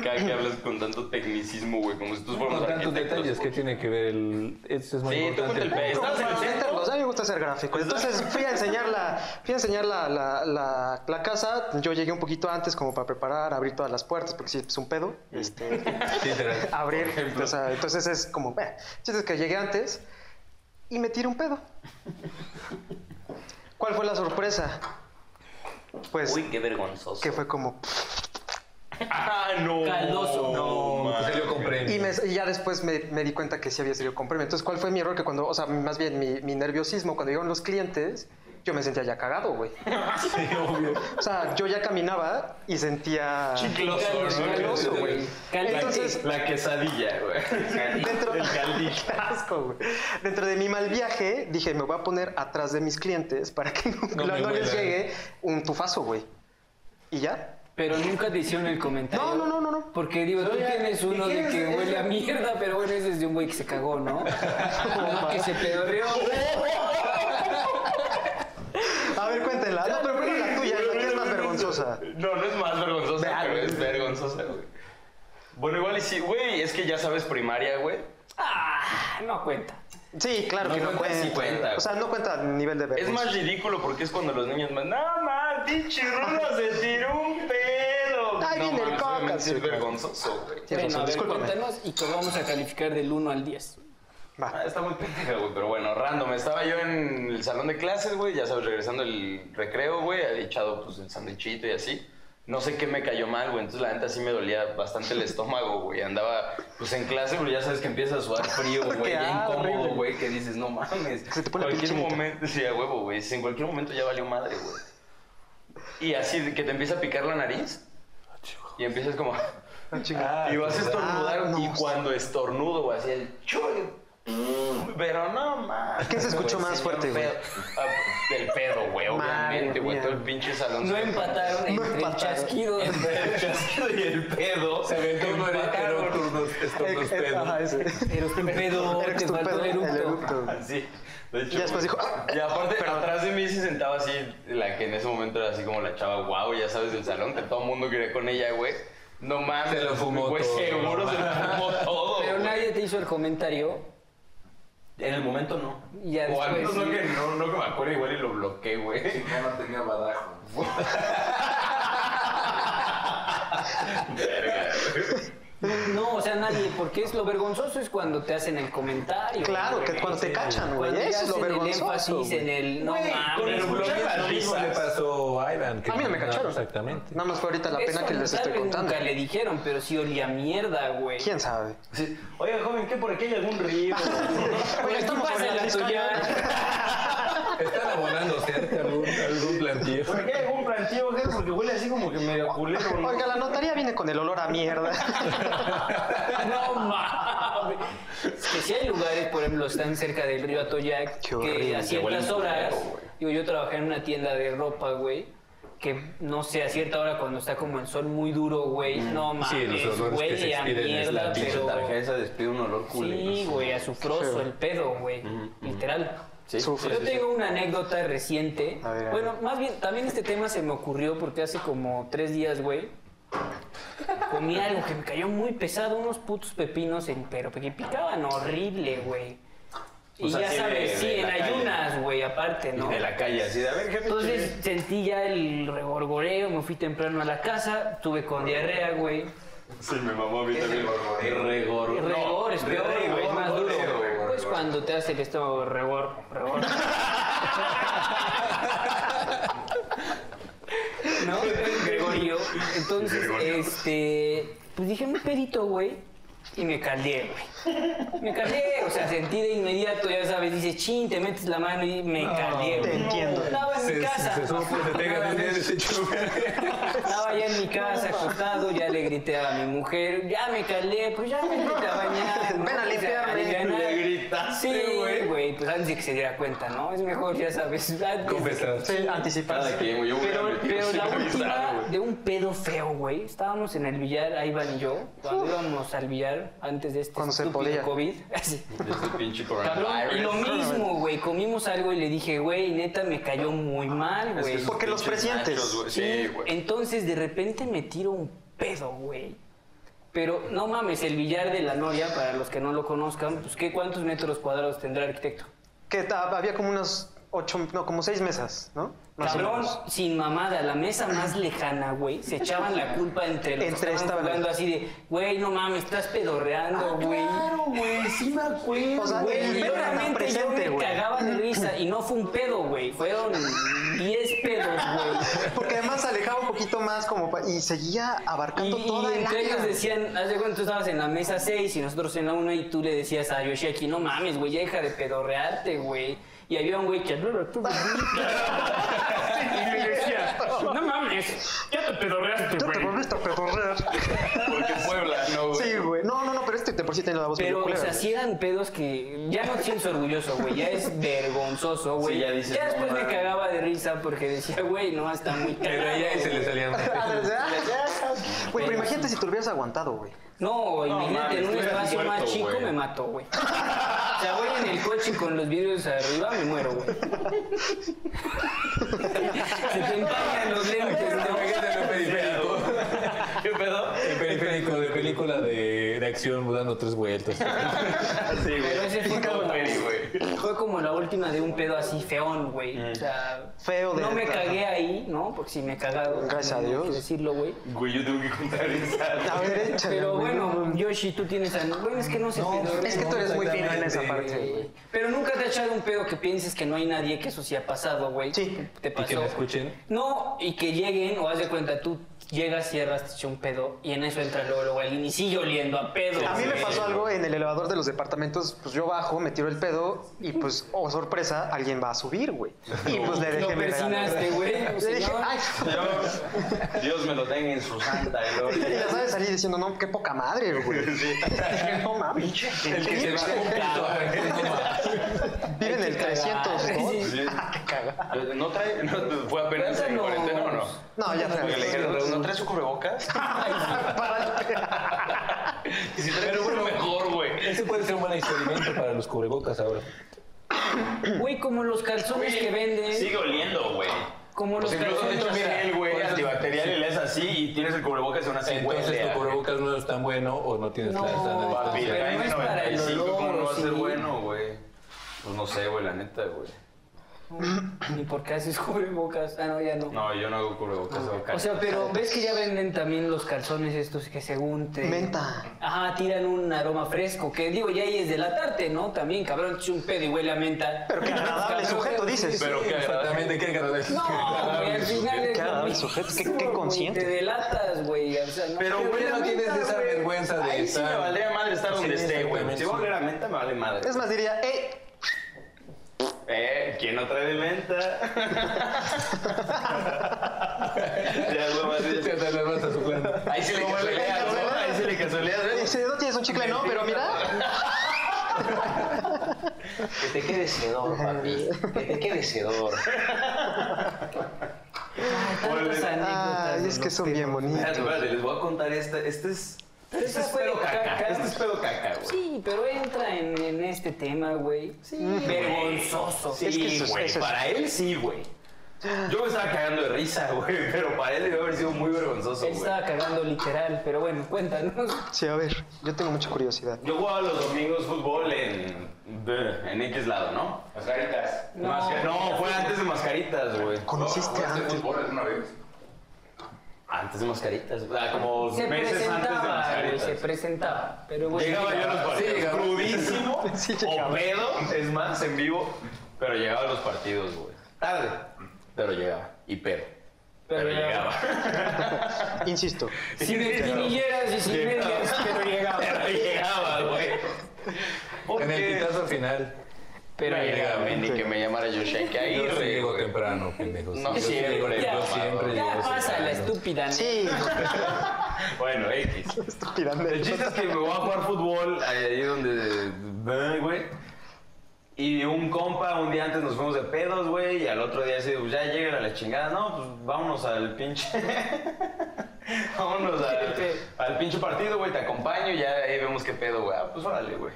S1: Cada que hablas con tanto tecnicismo, güey, como si tú fuéramos
S4: Con tantos
S1: arquitectos,
S4: detalles, ¿qué
S1: güey.
S4: tiene que ver el...? Eso es muy
S1: Sí, tú
S4: importante.
S1: cuenta el pe- ¿Estabas en el centro?
S3: O sea, a mí me gusta hacer gráficos. Entonces fui a enseñar, la, fui a enseñar la, la- la- la casa. Yo llegué un poquito antes como para preparar, abrir todas las puertas, porque sí, es un pedo. Este,
S4: Literal.
S3: abrir.
S1: Por ejemplo.
S3: o sea, entonces es como, bueno, chistes que llegué antes y me tiré un pedo. ¿Cuál fue la sorpresa? Pues
S1: Uy, qué vergonzoso.
S3: que fue como,
S1: Ah, no.
S2: Caldoso.
S1: No, man.
S4: Salió con premio.
S3: y, me- y ya después me, me di cuenta que sí había salido con premio. Entonces, ¿cuál fue mi error? Que cuando, o sea, más bien mi, mi nerviosismo, cuando llegaron los clientes, yo me sentía ya cagado, güey. O sea, yo ya caminaba y sentía...
S1: Chicloso, ¿no?
S3: Chicloso, güey.
S2: Cálmate.
S3: Entonces-
S1: La quesadilla, güey.
S3: Dentro-
S1: El caldillo.
S3: Qué asco, güey. Dentro de mi mal viaje, dije, me voy a poner atrás de mis clientes para que no,
S4: No me
S3: no les
S4: huela.
S3: llegue un tufazo, güey. ¿Y ya?
S2: Pero nunca te hicieron el comentario.
S3: No, no, no, no, no.
S2: Porque digo, tú
S5: Oye,
S2: tienes
S5: ¿y
S2: uno
S5: qué
S2: de
S5: es-
S2: que
S5: es-
S2: huele a mierda, pero bueno, ese es de un güey que se cagó, ¿no? Uno que se pedorreó.
S3: A ver, cuéntenla. No, pero primero la tuya, la que es más vergonzosa.
S1: No, no es más vergonzosa,
S3: Vea,
S1: pero
S3: güey.
S1: es vergonzosa, güey. Bueno, igual y sí, güey, es que ya sabes primaria, güey.
S2: Ah, no cuenta.
S3: Sí, claro
S1: No
S3: que no
S1: cuenta,
S3: cuenta.
S1: sí cuenta.
S3: O sea, no cuenta a nivel de
S1: Es
S3: vergüenza.
S1: más ridículo porque es cuando los niños más. ¡No más! ¡Pinche Rulo se tiró un pedo!
S3: Ahí
S1: no,
S3: viene el
S1: mames,
S3: coca,
S1: obviamente
S3: sí,
S1: Es
S3: claro.
S1: vergonzoso, güey.
S2: Bueno,
S3: Tienes razón,
S2: a ver,
S3: discúlpame.
S2: cuéntanos y que vamos a calificar del 1 al 10.
S1: Ah,
S3: Va.
S1: está muy pendeja, güey, pero bueno, random. Estaba yo en el salón de clases, güey, ya sabes, regresando el recreo, güey, había echado pues el sándwichito y así. No sé qué me cayó mal, güey, entonces la neta sí me dolía bastante el estómago, güey. Andaba pues en clase, pero ya sabes que empieza a sudar frío, güey, ya
S3: asco,
S1: incómodo,
S3: horrible.
S1: güey, que dices, no mames.
S3: Se te pone la piel
S1: cualquier
S3: chinita.
S1: momento, sí, a huevo, güey, si en cualquier momento ya valió madre, güey. Y así de que te empieza a picar la nariz y empiezas como
S3: Chinga.
S1: y vas a estornudar
S3: Ah, no.
S1: y cuando estornudo, güey, así el chuy. mm, Pero no más.
S3: ¿Qué se escuchó más fuerte, güey?
S1: Ah, Del pedo, güey, obviamente,
S3: Madre
S1: güey.
S3: mía.
S1: Todo el pinche salón.
S2: No
S1: se-
S2: empataron entre el
S3: empataron.
S2: chasquido.
S1: El chasquido y el pedo.
S4: Se aventó uno de
S2: Empataron.
S4: eructos, estos
S3: Eh, eh, ajá,
S4: pedos.
S3: ese.
S2: Pero usted pedo,
S3: Eres
S2: te
S3: tu
S2: faltó
S3: pedo, el
S2: eructo.
S3: eructo.
S1: Así. De hecho,
S3: Y después dijo,
S1: güey.
S3: "Ah".
S1: Y aparte, atrás de mí se sentaba así, la que en ese momento era así como la chava, wow, ya sabes, del salón, que todo el mundo quería con ella, güey. No mames.
S4: Se lo fumó
S1: güey,
S4: todo.
S1: seguro se lo fumó todo.
S2: Pero
S1: güey.
S2: nadie te hizo el comentario.
S1: En el momento no.
S2: Ya
S1: o al menos
S2: después
S1: no, que
S2: sí.
S1: no, no que me acuerdo, igual y lo bloqueé, güey.
S5: Ya no tenía badajo.
S3: Pues,
S1: Verga, güey.
S2: No, o sea, nadie, porque es lo vergonzoso es cuando te hacen el comentario.
S3: Claro, que cuando te cachan, güey.
S2: Cuando
S3: Eso es lo
S2: hacen El
S3: vergonzoso.
S2: énfasis en
S3: güey.
S2: el no
S1: Güey, con
S2: mames.
S1: el
S2: güey.
S1: escuchar las
S4: Lo mismo le
S1: risas.
S4: pasó a Ivan. que
S3: A mí no me cacharon.
S4: Exactamente.
S3: Nada más fue ahorita la pena
S2: Eso
S3: que les
S2: tal
S3: estoy
S2: vez
S3: contando.
S2: Nunca le dijeron, pero sí olía mierda, güey.
S3: ¿Quién sabe?
S1: Sí. Oiga, joven, ¿qué por aquí hay algún río?
S2: Oye,
S4: Pues,
S2: aquí
S3: Oye, estamos
S2: pasa
S3: en
S2: la
S3: el
S2: tuya.
S4: Están abonando cerca algún, algún plantillo.
S1: ¿Por aquí hay algún plantío, güey? Porque huele así como que medio culero, ¿no?
S3: Oiga, la notaría viene con el olor a mierda.
S2: No mames. Es que sí hay lugares, por ejemplo, están cerca del río Atoyac,
S3: Qué
S2: que
S3: horrible,
S2: a ciertas
S1: huelen
S2: horas,
S1: culero, güey.
S2: digo, yo trabajé en una tienda de ropa, güey, que no sé, a cierta hora cuando está como el sol muy duro, güey,
S3: Mm.
S2: no
S4: Sí, los
S2: mames,
S4: olores que se
S2: huele a
S4: expiden es la
S2: mierda,
S4: pinche
S2: pero...
S1: despide un olor
S2: Sí, güey, a
S3: feo.
S2: el pedo, güey, literal.
S3: Sufre.
S2: Yo tengo una anécdota reciente.
S3: A ver, a
S2: bueno, más bien, también este tema se me ocurrió porque hace como tres días, güey, comí algo que me cayó muy pesado, unos putos pepinos, en, pero que picaban horrible, güey.
S1: O
S2: Y
S1: sea,
S2: ya
S1: sí, de-
S2: sabes,
S1: de
S2: sí, en
S1: la calle.
S2: ayunas, güey, aparte, ¿no?
S1: De la calle, así de a ver, jefe.
S2: Entonces sentí ya el regorgoreo, me fui temprano a la casa, tuve con diarrea, güey.
S1: Sí, me mamó a mí
S5: ¿Qué es
S1: también.
S5: el gorgoreo?
S1: Regor.
S2: Y
S1: no,
S2: Regor, es peor, güey, es más duro.
S1: regorgoreo, güey.
S2: Pues cuando te hace el estómago regor, regor. ¿No? Gregorio. Entonces, este. Pues dije un pedito, güey. Y me caldeé, güey. Me caldeé, o sea, sentí de inmediato, ya sabes, dices, chin, te metes la mano y me caldeé.
S3: te
S2: güey.
S3: entiendo.
S2: Estaba en mi casa.
S4: Se sopla, se pega dinero y se chupa.
S2: Estaba ya en mi casa acostado, ya le grité a mi mujer, ya me calé, pues ya me grité a bañar. ¿no?
S3: Ven a
S2: O sea,
S3: limpiarme.
S2: alivianar.
S1: Le gritaste,
S2: Sí,
S1: güey.
S2: güey, pues antes de que se diera cuenta, ¿no? Es mejor, ya sabes. antes-
S4: Confesado.
S3: Sí, anticipaste.
S1: Cada quien, güey, yo hubiera
S2: Pero,
S1: metido
S2: pero
S1: sin
S2: la
S1: avisar,
S2: última
S1: güey.
S2: de un pedo feo, güey. Estábamos en el billar, ahí van y yo, cuando íbamos al billar antes de este
S3: Cuando se
S2: estúpido
S3: podía.
S2: COVID. Sí.
S1: Este pinche
S2: Cabrón, y lo
S1: coronavirus.
S2: mismo, güey. Comimos algo y le dije, güey, neta me cayó muy mal,
S1: Es que
S2: güey.
S1: esos
S3: Porque los
S1: pinches
S3: presientes.
S1: nachos, güey.
S2: Sí,
S1: Sí, güey.
S2: Entonces de repente me tiro un pedo, güey. Pero no mames, el billar de la Noria, para los que no lo conozcan, pues ¿qué cuántos metros cuadrados tendrá el arquitecto?
S3: Que ta- había como unas ocho, no, como seis mesas, ¿no? Más o
S2: Cabrón,
S3: menos.
S2: sin mamada, la mesa más lejana, güey, se echaban la culpa entre los
S3: Entre
S2: que estaban
S3: estaban-
S2: jugando así de, güey, no mames, estás
S5: Ah,
S2: pedorreando, güey.
S1: Ah, güey, sí me acuerdo.
S3: O sea,
S2: Güey,
S3: el
S2: y
S3: pedo era tan
S2: obviamente
S3: presente,
S2: yo me
S3: güey.
S2: cagaba de risa y no fue un pedo, güey, fueron 10 pedos, güey.
S3: Porque además se alejaba un poquito más como pa- y seguía abarcando
S2: Y,
S3: toda
S2: y
S3: el
S2: entre
S3: área.
S2: ellos decían, haz de cuenta, tú estabas en la mesa 6 y nosotros en la 1 y tú le decías a Yoshiaki, no mames, güey, ya deja de pedorrearte, güey. Y había un güey que... y me decía, no mames, ya te pedorreaste,
S3: Yo te
S2: güey.
S3: volviste a pedorrear.
S1: Porque Puebla, no, güey.
S3: Sí, güey. No, no, no, pero este de por sí tiene la voz
S2: Pero,
S3: medio
S2: o
S3: culera,
S2: sea,
S3: güey.
S2: sí eran pedos que ya no te sientes orgulloso, güey. Ya es vergonzoso, güey.
S1: Sí, ya dices, no
S2: después me
S1: mames.
S2: cagaba de risa porque decía, güey, no, está muy
S4: Se
S2: cagado.
S4: reía y se le salían.
S3: Ah, desde- ah, Güey, pero imagínate si te lo hubieras aguantado, güey.
S2: No, imagínate,
S1: mames,
S2: en un
S1: estuvieras
S2: espacio
S1: muerto,
S2: más chico
S1: güey.
S2: me mató, güey. O sea, voy en el coche con los vidrios arriba, me muero, güey. Se te empañan los lentes, ¿no?
S4: Imagínate en el periférico.
S1: ¿Qué pedo?
S4: El periférico de película de, de acción pues, dando tres vueltas.
S1: Sí,
S2: Pero ese fue como,
S1: peli, güey.
S2: fue como la última de un pedo así feón, güey.
S4: Mm.
S2: O sea,
S3: Feo de-
S2: No me cagué ahí, ¿no? Porque si me he cagado.
S3: Gracias
S2: no
S3: a
S2: hay
S3: Dios.
S2: que decirlo, güey.
S1: Güey, yo tengo que contar esa.
S3: A ver, échale.
S2: Pero
S3: güey.
S2: bueno, Yoshi, tú tienes. a- Bueno, es que no se pedorrea,
S3: es que
S2: ¿no?
S3: tú eres muy fino en esa
S4: Exactamente.
S3: parte, güey.
S2: Sí. Pero nunca te ha echado un pedo que pienses que no hay nadie, que eso sí ha pasado, güey.
S3: Sí.
S2: Te pasó.
S4: que me escuchen.
S2: No, y que lleguen, o haz de cuenta, tú llegas, cierras, te echa un pedo, y en eso entra luego, luego alguien y sigue oliendo a pedo.
S3: A mí me
S2: güey.
S3: pasó algo en el elevador de los departamentos, pues yo bajo, me tiro el pedo y pues, oh sorpresa, alguien va a subir, güey. Y pues le
S2: Lo
S3: dejé mi regalo.
S2: persinaste, güey.
S3: Le dije,
S2: señor.
S3: ay,
S1: Dios, Dios me lo tenga en su santa
S3: y
S1: gloria.
S3: ya sabes, salí diciendo, no, qué poca madre, güey. No mames.
S4: El que se va a
S3: Vive en el
S2: Qué cagada.
S3: 300, ¿no?
S2: Sí.
S1: Sí. Eh, ¿No trae? no, ¿Fue apenas en
S2: Cuéntanos.
S1: cuarentena o no?
S3: No, ya
S1: Porque le dijeron,
S3: sabes.
S1: ¿no traes su cubrebocas? Y si traes uno mejor, güey.
S4: Ese puede ser un buen experimento para los cubrebocas ahora.
S2: Güey, como los calzones que venden.
S1: Sigue oliendo, güey.
S2: Como los
S1: Pues incluso te
S2: calzones.
S1: echas
S2: o sea,
S1: miel, güey,
S4: por eso-
S1: antibacterial y le das así y tienes el cubrebocas y aún así huele.
S4: Entonces tu
S1: a-
S4: cubrebocas no es tan bueno o no tienes
S2: No,
S4: la sana
S1: Papi,
S2: Pero
S4: distancia.
S1: acá
S2: no
S1: en
S2: es para el
S1: 95, ¿cómo no va a ser
S2: olor, sí.
S1: bueno, güey? Pues no sé, güey, la neta, güey.
S2: Ni por qué haces cubrebocas. Ah, no, ya no.
S1: No, yo no hago cubrebocas, hago
S2: O sea, pero ves que ya venden también los calzones estos que según te...
S3: Menta.
S2: Ajá, tiran un aroma fresco, que digo, ya ahí es delatarte, ¿no? También, cabrón, es un pedo y huele a menta.
S3: Pero qué agradable
S2: Cabrón,
S3: sujeto, dices.
S1: Pero
S4: Sí,
S1: qué agradable.
S4: Exactamente, qué agradable.
S2: No, güey, al final es
S3: Qué
S2: lo
S3: agradable
S2: mismo,
S3: sujeto, qué- qué
S2: güey,
S3: consciente.
S2: Te delatas, güey, o sea, no...
S1: Pero,
S4: Pero
S1: güey,
S4: ya no
S1: la
S4: tienes
S1: neta,
S4: esa
S1: güey,
S4: vergüenza de
S1: Ahí sí
S4: estar-
S1: me valdría madre estar
S4: Sí,
S1: donde esté, güey.
S4: exactamente.
S1: Si voy a oler a menta, me vale madre.
S3: Es más, diría, eh,
S1: Eh, ¿quién no trae de menta? ya, güey, más
S4: Te
S1: bien.
S4: alarmas a su cuenta.
S1: Ahí sí le
S4: Como el-
S1: casoleas, ¿no? Ahí sí le casoleas, ¿ves?
S3: dice, eh, no tienes un chicle, no, pero mira.
S1: Que te quede sedor, papi. Que te quede sedor. Ay,
S2: tantas anécdotas,
S3: Ay, Ah, es
S2: ¿no?
S3: que son bien bonitos.
S1: Espérate, espérate, les voy a contar esta. Este es.
S2: Este
S1: Este es
S2: fue
S1: pedo
S2: de
S1: caca.
S2: caca.
S1: Este es pedo caca, güey.
S2: Sí, pero entra en, en este tema, güey. Sí. Vergonzoso.
S1: Sí,
S3: Es que eso es-
S1: güey,
S3: eso es-
S1: para él sí, güey. Yo me estaba cagando de risa, güey, pero para él debe haber sido muy vergonzoso,
S2: Él
S1: güey.
S2: estaba cagando literal, pero bueno, cuéntanos.
S3: Sí, a ver, yo tengo mucha curiosidad.
S1: Yo jugaba los domingos fútbol en. en X lado, ¿no?
S5: Mascaritas.
S2: No.
S1: Masca- no, fue antes de mascaritas, güey.
S3: ¿Conociste antes?
S5: fútbol alguna vez?
S1: Antes de mascaritas, o sea, como
S2: Se
S1: meses antes de
S2: presentaba, güey, se
S1: mascaritas.
S2: presentaba. Pero bueno,
S1: Llegaba yo a los partidos
S4: llegaba.
S1: crudísimo,
S3: Sí,
S1: o
S3: llegaba.
S1: pedo, es más, en vivo, pero llegaba a los partidos, güey. Tarde, pero llegaba, y pedo, pero, llegaba.
S3: Insisto,
S2: Sin espinilleras y sin medias, pero llegaba.
S1: Pero llegaba, güey.
S4: En el
S1: Porque-
S4: pitazo final.
S1: Pero llegaba,
S4: llegaba.
S1: güey, ni que me llamara Yoshek ahí.
S4: Yo sí llego temprano, pendejos.
S1: No,
S4: Yo sí
S1: siempre,
S4: llego-
S1: ya,
S4: Yo siempre
S1: ya
S4: llego.
S2: Ya pasa la
S4: temprano.
S2: estúpida. ¿no?
S3: sí,
S1: Bueno, X.
S3: estúpida.
S1: El chiste es que me voy a jugar fútbol ahí donde. ve, güey. Y un compa, un día antes nos fuimos de pedos, güey, y al otro día así, pues ya llega a la chingada, no, pues vámonos al pinche. vámonos al, al pinche partido, güey, te acompaño, y ya ahí vemos qué pedo, güey. Ah, pues órale, güey.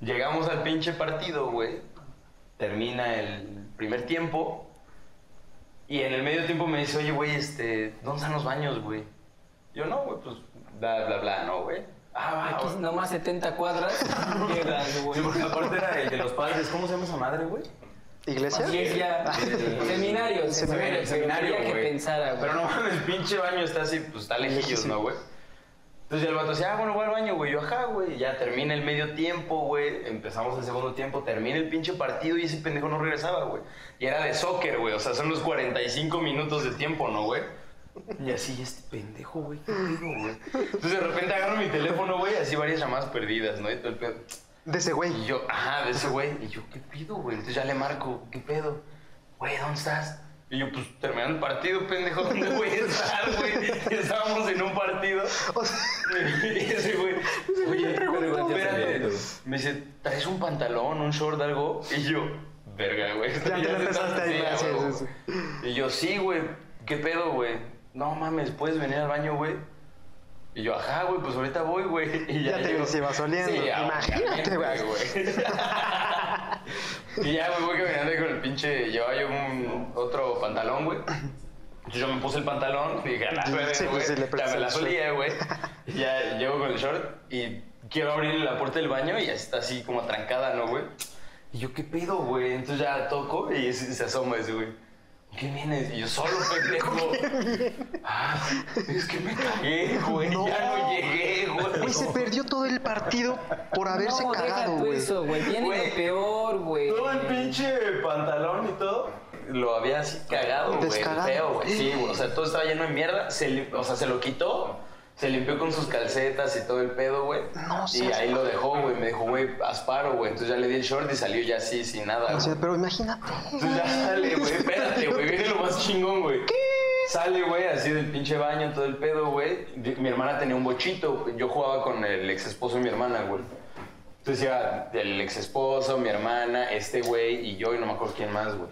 S1: Llegamos al pinche partido, güey. Termina el primer tiempo. Y en el medio tiempo me dice, oye, güey, este, ¿dónde están los baños, güey? Yo no, güey, pues bla, bla, bla, no, güey. Ah, va,
S2: Aquí
S1: güey.
S2: nomás 70 cuadras, llegas,
S1: Sí,
S2: güey.
S1: porque aparte era el de los padres, ¿cómo se llama esa madre, güey?
S3: ¿Iglesia?
S2: Así es ya. Seminario, seminario.
S1: El seminario,
S2: Había que
S1: güey.
S2: pensara, güey.
S1: Pero no mames, el pinche baño está así, pues está lejillos, ¿no, güey? Entonces ya el vato decía, ah, bueno, voy al baño, güey. Yo, ajá, güey. Ya termina el medio tiempo, güey. Empezamos el segundo tiempo, termina el pinche partido y ese pendejo no regresaba, güey. Y era de soccer, güey. O sea, son los 45 minutos de tiempo, ¿no, güey? Y así, este pendejo, güey, qué pedo, güey. Entonces de repente agarro mi teléfono, güey, así varias llamadas perdidas, ¿no? Y todo el pedo.
S3: De ese güey.
S1: Y yo, ajá, de ese güey. Y yo, ¿qué pido, güey? Entonces ya le marco, ¿qué pedo? Güey, ¿dónde estás? Y yo, pues terminando el partido, pendejo, ¿dónde voy a estar, güey? Y estábamos en un partido.
S3: O sea, pues,
S1: Y ese güey, oye,
S4: preguntó.
S1: pero espérate.
S4: Espérate.
S1: Me dice, ¿traes un pantalón, un short, algo? Y yo, verga, güey.
S3: Ya te lo empezaste a
S1: Sí,
S3: imaginar, sí,
S1: güey.
S3: sí,
S1: Y yo, sí, güey, ¿qué pedo, güey? No mames, ¿puedes venir al baño, güey? Y yo, ajá, güey, pues ahorita voy, güey. Y ya,
S3: Ya te
S1: llego.
S3: ibas oliendo.
S1: ya,
S3: Imagínate,
S1: obviamente, güey. y ya, güey, voy caminando ahí con el pinche. Llevaba yo un, otro pantalón, güey. Entonces yo me puse el pantalón y dije, a la
S3: Sí,
S1: verga,
S3: sí,
S1: güey.
S3: sí, le
S1: ya
S3: prestas
S1: me la
S3: el short.
S1: solía, güey. Y ya llego con el short y quiero abrir la puerta del baño y ya está así como atrancada, ¿no, güey? Y yo, ¿qué pedo, güey? Entonces ya toco y se, se asoma ese, güey. ¿Qué vienes? Y yo solo, pendejo. Ah, es que me cagué, güey. Ya no llegué,
S3: Güey, se
S1: güey.
S3: perdió todo el partido por haberse
S2: no,
S3: cagado,
S2: deja tú
S3: güey.
S2: eso, güey. Viene
S1: Güey.
S2: lo peor, güey.
S1: Todo el pinche pantalón y todo. Lo había así cagado, güey.
S3: Descarado.
S1: Feo, güey. Sí, güey. O sea, todo estaba lleno de mierda. Se lim- o sea, se lo quitó. Se limpió con sus calcetas y todo el pedo, güey.
S3: No
S1: y
S3: seas-
S1: ahí lo dejó, güey. Me dijo, güey, asparo, güey. Entonces ya le di el short y salió ya así, sin nada,
S3: O
S1: güey.
S3: sea, pero imagínate.
S1: Entonces ya sale, güey, espérate, güey, viene lo más chingón, güey. Sale, güey, así del pinche baño, todo el pedo, güey. Di- Mi hermana tenía un bochito, güey. yo jugaba con el ex esposo de mi hermana, güey. Entonces iba el ex esposo, mi hermana, este güey y yo, y no me acuerdo quién más, güey.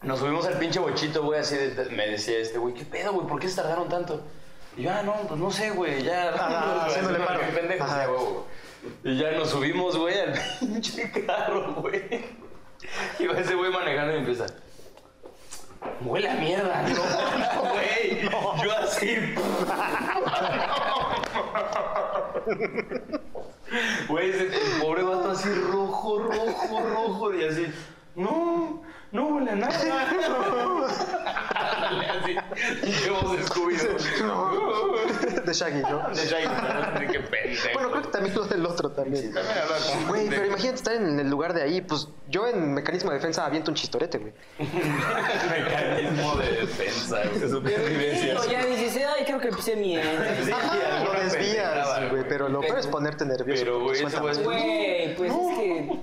S1: Nos subimos al pinche bochito, güey, así de- me decía este, güey, ¿qué pedo, güey? ¿Por qué se tardaron tanto? Y yo, ah, no, pues no sé, güey, ya.
S3: Ajá, Ah, haciéndole paro.
S1: Qué pendejo,
S3: Ajá.
S1: sí, güey, güey. Y ya nos subimos, güey, al pinche carro, güey. Y va ese güey manejando y empieza. Huele a mierda, no, güey. Yo así. Güey, ese- el pobre vato así rojo, rojo, rojo, y así. No, no huele a nada. así. Y llevamos Scooby. ¿no?
S3: De Shaggy, ¿no?
S1: De Shaggy, ¿no? Qué pendejo.
S3: Bueno, creo que también lo del otro también.
S1: También habla como
S3: Güey, pero
S1: pendejo.
S3: imagínate estar en el lugar de ahí. Pues yo en mecanismo de defensa aviento un chistorete, güey.
S1: mecanismo de defensa, güey.
S4: Supervivencia.
S2: No, ya dices, ay, creo que pisé mierda.
S1: Sí,
S3: Ajá, lo
S1: alguna pendejada,
S3: desvías, güey, pero lo peor es ponerte nervioso.
S1: Pero,
S3: porque
S1: güey,
S3: suelta
S1: ese güey-
S2: Güey,
S3: más.
S2: pues es que.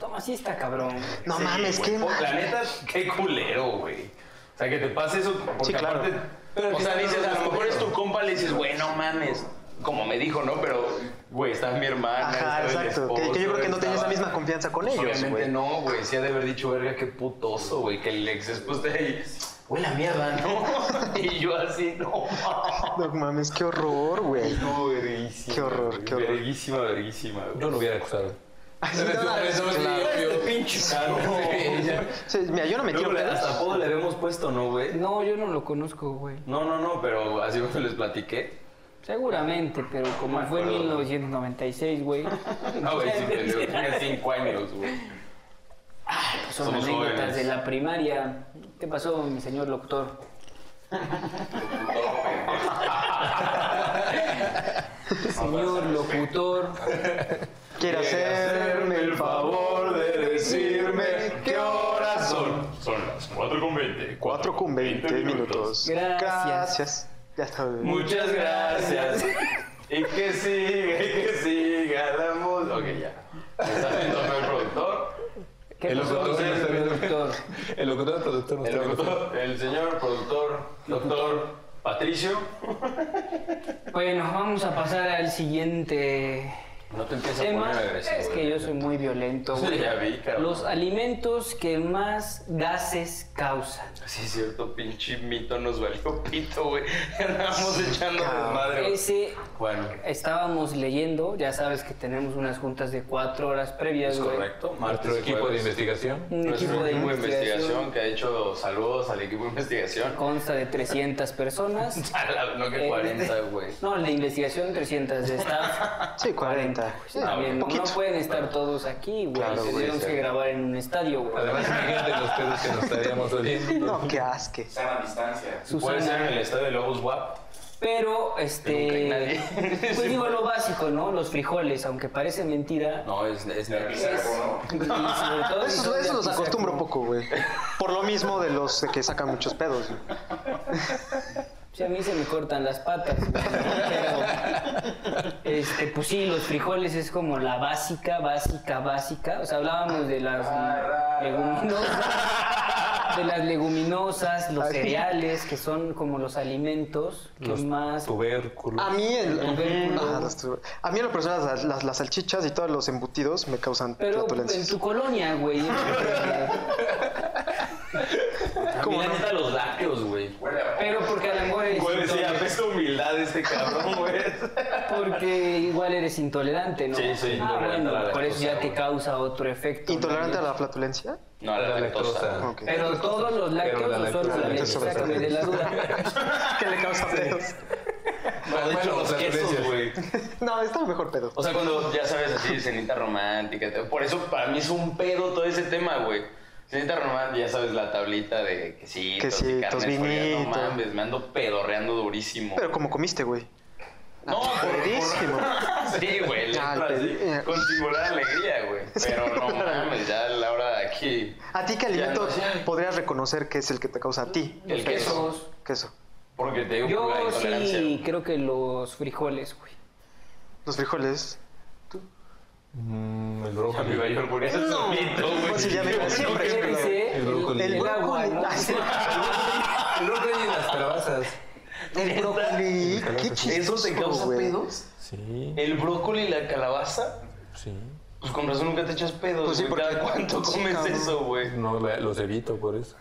S2: Toma, así está cabrón.
S3: No
S1: Sí,
S3: mames,
S1: güey.
S3: qué
S1: Po-
S3: mal.
S1: La neta, qué culero, güey. O sea, que te pase eso porque
S3: Sí, claro.
S1: aparte...
S4: Pero
S1: o
S4: que
S1: sea,
S4: no
S1: dices,
S4: lo
S1: a lo mejor es tu compa, le dices, güey, no mames. Como me dijo, ¿no? Pero, güey, está mi hermana,
S3: Ajá,
S1: está mi
S3: exacto. Que,
S1: esposo,
S3: que yo creo que no tenía esa
S1: estaba-
S3: misma confianza con ellos,
S1: Obviamente
S3: güey.
S1: no, güey. Sí ha de haber dicho, verga, qué putoso, güey. Que el ex esposo de ahí, güey, la mierda, ¿no? y yo así, no,
S3: No mames, qué horror, güey.
S1: No, verguísima.
S3: Qué horror,
S1: güey.
S3: qué horror.
S1: Verguísima, verguísima, güey.
S4: Yo lo hubiera acusado.
S3: Sí, mira, yo no me
S1: Luego
S3: quiero
S1: le-
S3: pedos.
S1: hasta apodo le habíamos puesto, ¿no, güey?
S2: No, yo no lo conozco, güey.
S1: No, no, no, pero así como les platiqué.
S2: Seguramente, pero como
S1: Me
S2: fue en
S1: acuerdo.
S2: 1996, güey.
S1: No, Ah, güey, sí, pero yo tenía cinco años, güey.
S2: Pues Son
S1: Somos
S2: anécdotas
S1: jóvenes.
S2: de la primaria. ¿Qué pasó, mi señor locutor? señor locutor.
S3: Quiere hacerme el favor de decirme qué horas son.
S6: Son las 4 con 20.
S3: 4 con 20 minutos.
S2: Gracias.
S3: Gracias. Ya está. güey.
S1: Muchas gracias. Y que siga, y que siga la música. Ok, ya. Me Está viendo el productor.
S2: ¿Qué
S4: El
S2: pasó,
S4: locutor,
S2: señor
S4: no está bien.
S2: locutor?
S4: El locutor el productor no
S1: El,
S4: está bien.
S1: locutor, el señor productor, doctor Patricio.
S2: Bueno, vamos a pasar al siguiente
S1: No te empieces
S2: tema. Eh, Es que yo soy muy violento,
S1: Sí,
S2: güey.
S1: ya vi, cabrón.
S2: Los alimentos que más gases causan.
S1: Sí, es cierto, pinche mito nos valió pito, güey. Andábamos echando desmadre. güey.
S2: Ese
S1: Bueno,
S2: estábamos leyendo, ya sabes que tenemos unas juntas de cuatro horas previas,
S1: es
S2: güey.
S1: correcto.
S4: Nuestro
S1: Martes y
S4: equipo de
S1: jueves.
S4: investigación.
S2: Un
S1: Nuestro
S2: equipo de investigación
S1: investigación que ha hecho saludos al equipo de investigación.
S2: consta de 300 personas.
S1: A la- no que
S2: Eh,
S1: 40, güey.
S2: No, el de investigación 300 de staff.
S3: Sí, 40.
S2: Pues,
S3: Ah,
S2: también, no
S3: poquito.
S2: pueden estar todos aquí, güey.
S3: Claro, güey,
S2: Tendríamos
S1: sí.
S2: que grabar en un estadio, güey.
S4: Además, imagínate los pedos que nos estaríamos oliendo.
S3: No, qué asque.
S5: Sana distancia.
S1: Puede
S2: Susana.
S1: ser en el estadio de Lobos WAP.
S2: Pero, este.
S1: Nunca hay nadie.
S2: Pues digo lo básico, ¿no? Los frijoles, aunque parece mentira.
S1: No, es, es
S5: Es algo,
S2: y sobre todo si son
S3: Eso,
S2: de
S3: eso los
S2: aquí,
S3: acostumbro
S2: saco.
S3: poco, güey. Por lo mismo de los que sacan muchos pedos. güey.
S2: Si a mí se me cortan las patas. güey, Pero, este, pues sí, los frijoles es como la básica, básica, básica. O sea, hablábamos de las
S3: Ah,
S2: leguminosas, de las leguminosas, los cereales, que son como los alimentos que
S4: Los
S2: más.
S4: Tubérculo.
S3: A mí, el-
S2: Tubérculo.
S3: Ajá, las tu- a mí en lo personal las, las- las salchichas y todos los embutidos me causan
S2: Pero en
S3: flatulencias.
S2: tu colonia, güey.
S1: ¿Cómo no? los lácteos, güey.
S5: Huele a
S2: Pero porque a lo mejor es.
S5: pues.
S1: Güey, sí, apesta humildad,
S5: edad de este cabrón, güey.
S2: Porque igual eres intolerante, ¿no?
S5: Sí, soy intolerante
S2: Ah, bueno,
S5: a la
S2: por eso ya
S5: lactosa,
S2: te
S5: güey.
S2: causa otro efecto.
S3: ¿Intolerante a
S2: ¿no?
S3: la flatulencia?
S1: No, a la lactosa.
S3: Ok.
S2: Pero todos los
S4: Pero
S2: lácteos
S4: la
S2: o solo la leche,
S3: lactosa.
S2: sácame de la duda.
S3: Que le causa pedos.
S1: No, de hecho,
S4: Bueno,
S1: los
S4: las
S1: quesos,
S4: referencias.
S1: güey.
S3: No, está mejor pedo.
S1: O sea, cuando ya sabes así, cenita romántica. te- Por eso para mí es un pedo todo ese tema, güey. Cenita romántica, ya sabes la tablita de quesitos, y
S3: Quesitos,
S1: carnes frías. No
S3: vinito.
S1: mames, me ando pedorreando durísimo.
S3: Pero como comiste, güey.
S1: No, por,
S3: Pedísimo.
S1: Sí, güey, le
S3: Ah,
S1: entro
S3: el
S1: así,
S3: pedi-
S1: con singular alegría, güey. Pero no mames, ya a la hora de aquí.
S3: ¿A ti qué alimento
S1: Ya no-
S3: podrías reconocer que es el que te causa a ti?
S1: El queso.
S2: Esos.
S3: Queso.
S1: Porque te digo que la
S2: Yo
S1: intolerancia,
S2: sí
S1: güey.
S2: creo que los frijoles, güey.
S3: Los frijoles.
S4: Mm, el
S5: A mi
S4: brócoli.
S5: mayor por eso es un mito, güey.
S3: Pues sí, ya digo, siempre.
S2: Yo
S3: pero-
S2: pensé
S4: El brócoli.
S2: El, el agua,
S3: brócoli.
S2: ¿no?
S3: Ah, sí.
S4: El brócoli y las calabazas.
S3: El brócoli.
S4: ¿Neta?
S3: Qué chistoso,
S1: ¿Eso te causa
S3: güey.
S1: pedos?
S4: Sí,
S3: Eh.
S1: ¿El brócoli y la calabaza?
S4: sí.
S1: Pues con razón nunca te echas pedos.
S3: Pues sí,
S1: güey.
S3: porque-
S1: ¿Cada cuánto
S3: sí,
S1: comes
S3: cabrón.
S1: eso, güey?
S4: No, la- los evito por eso.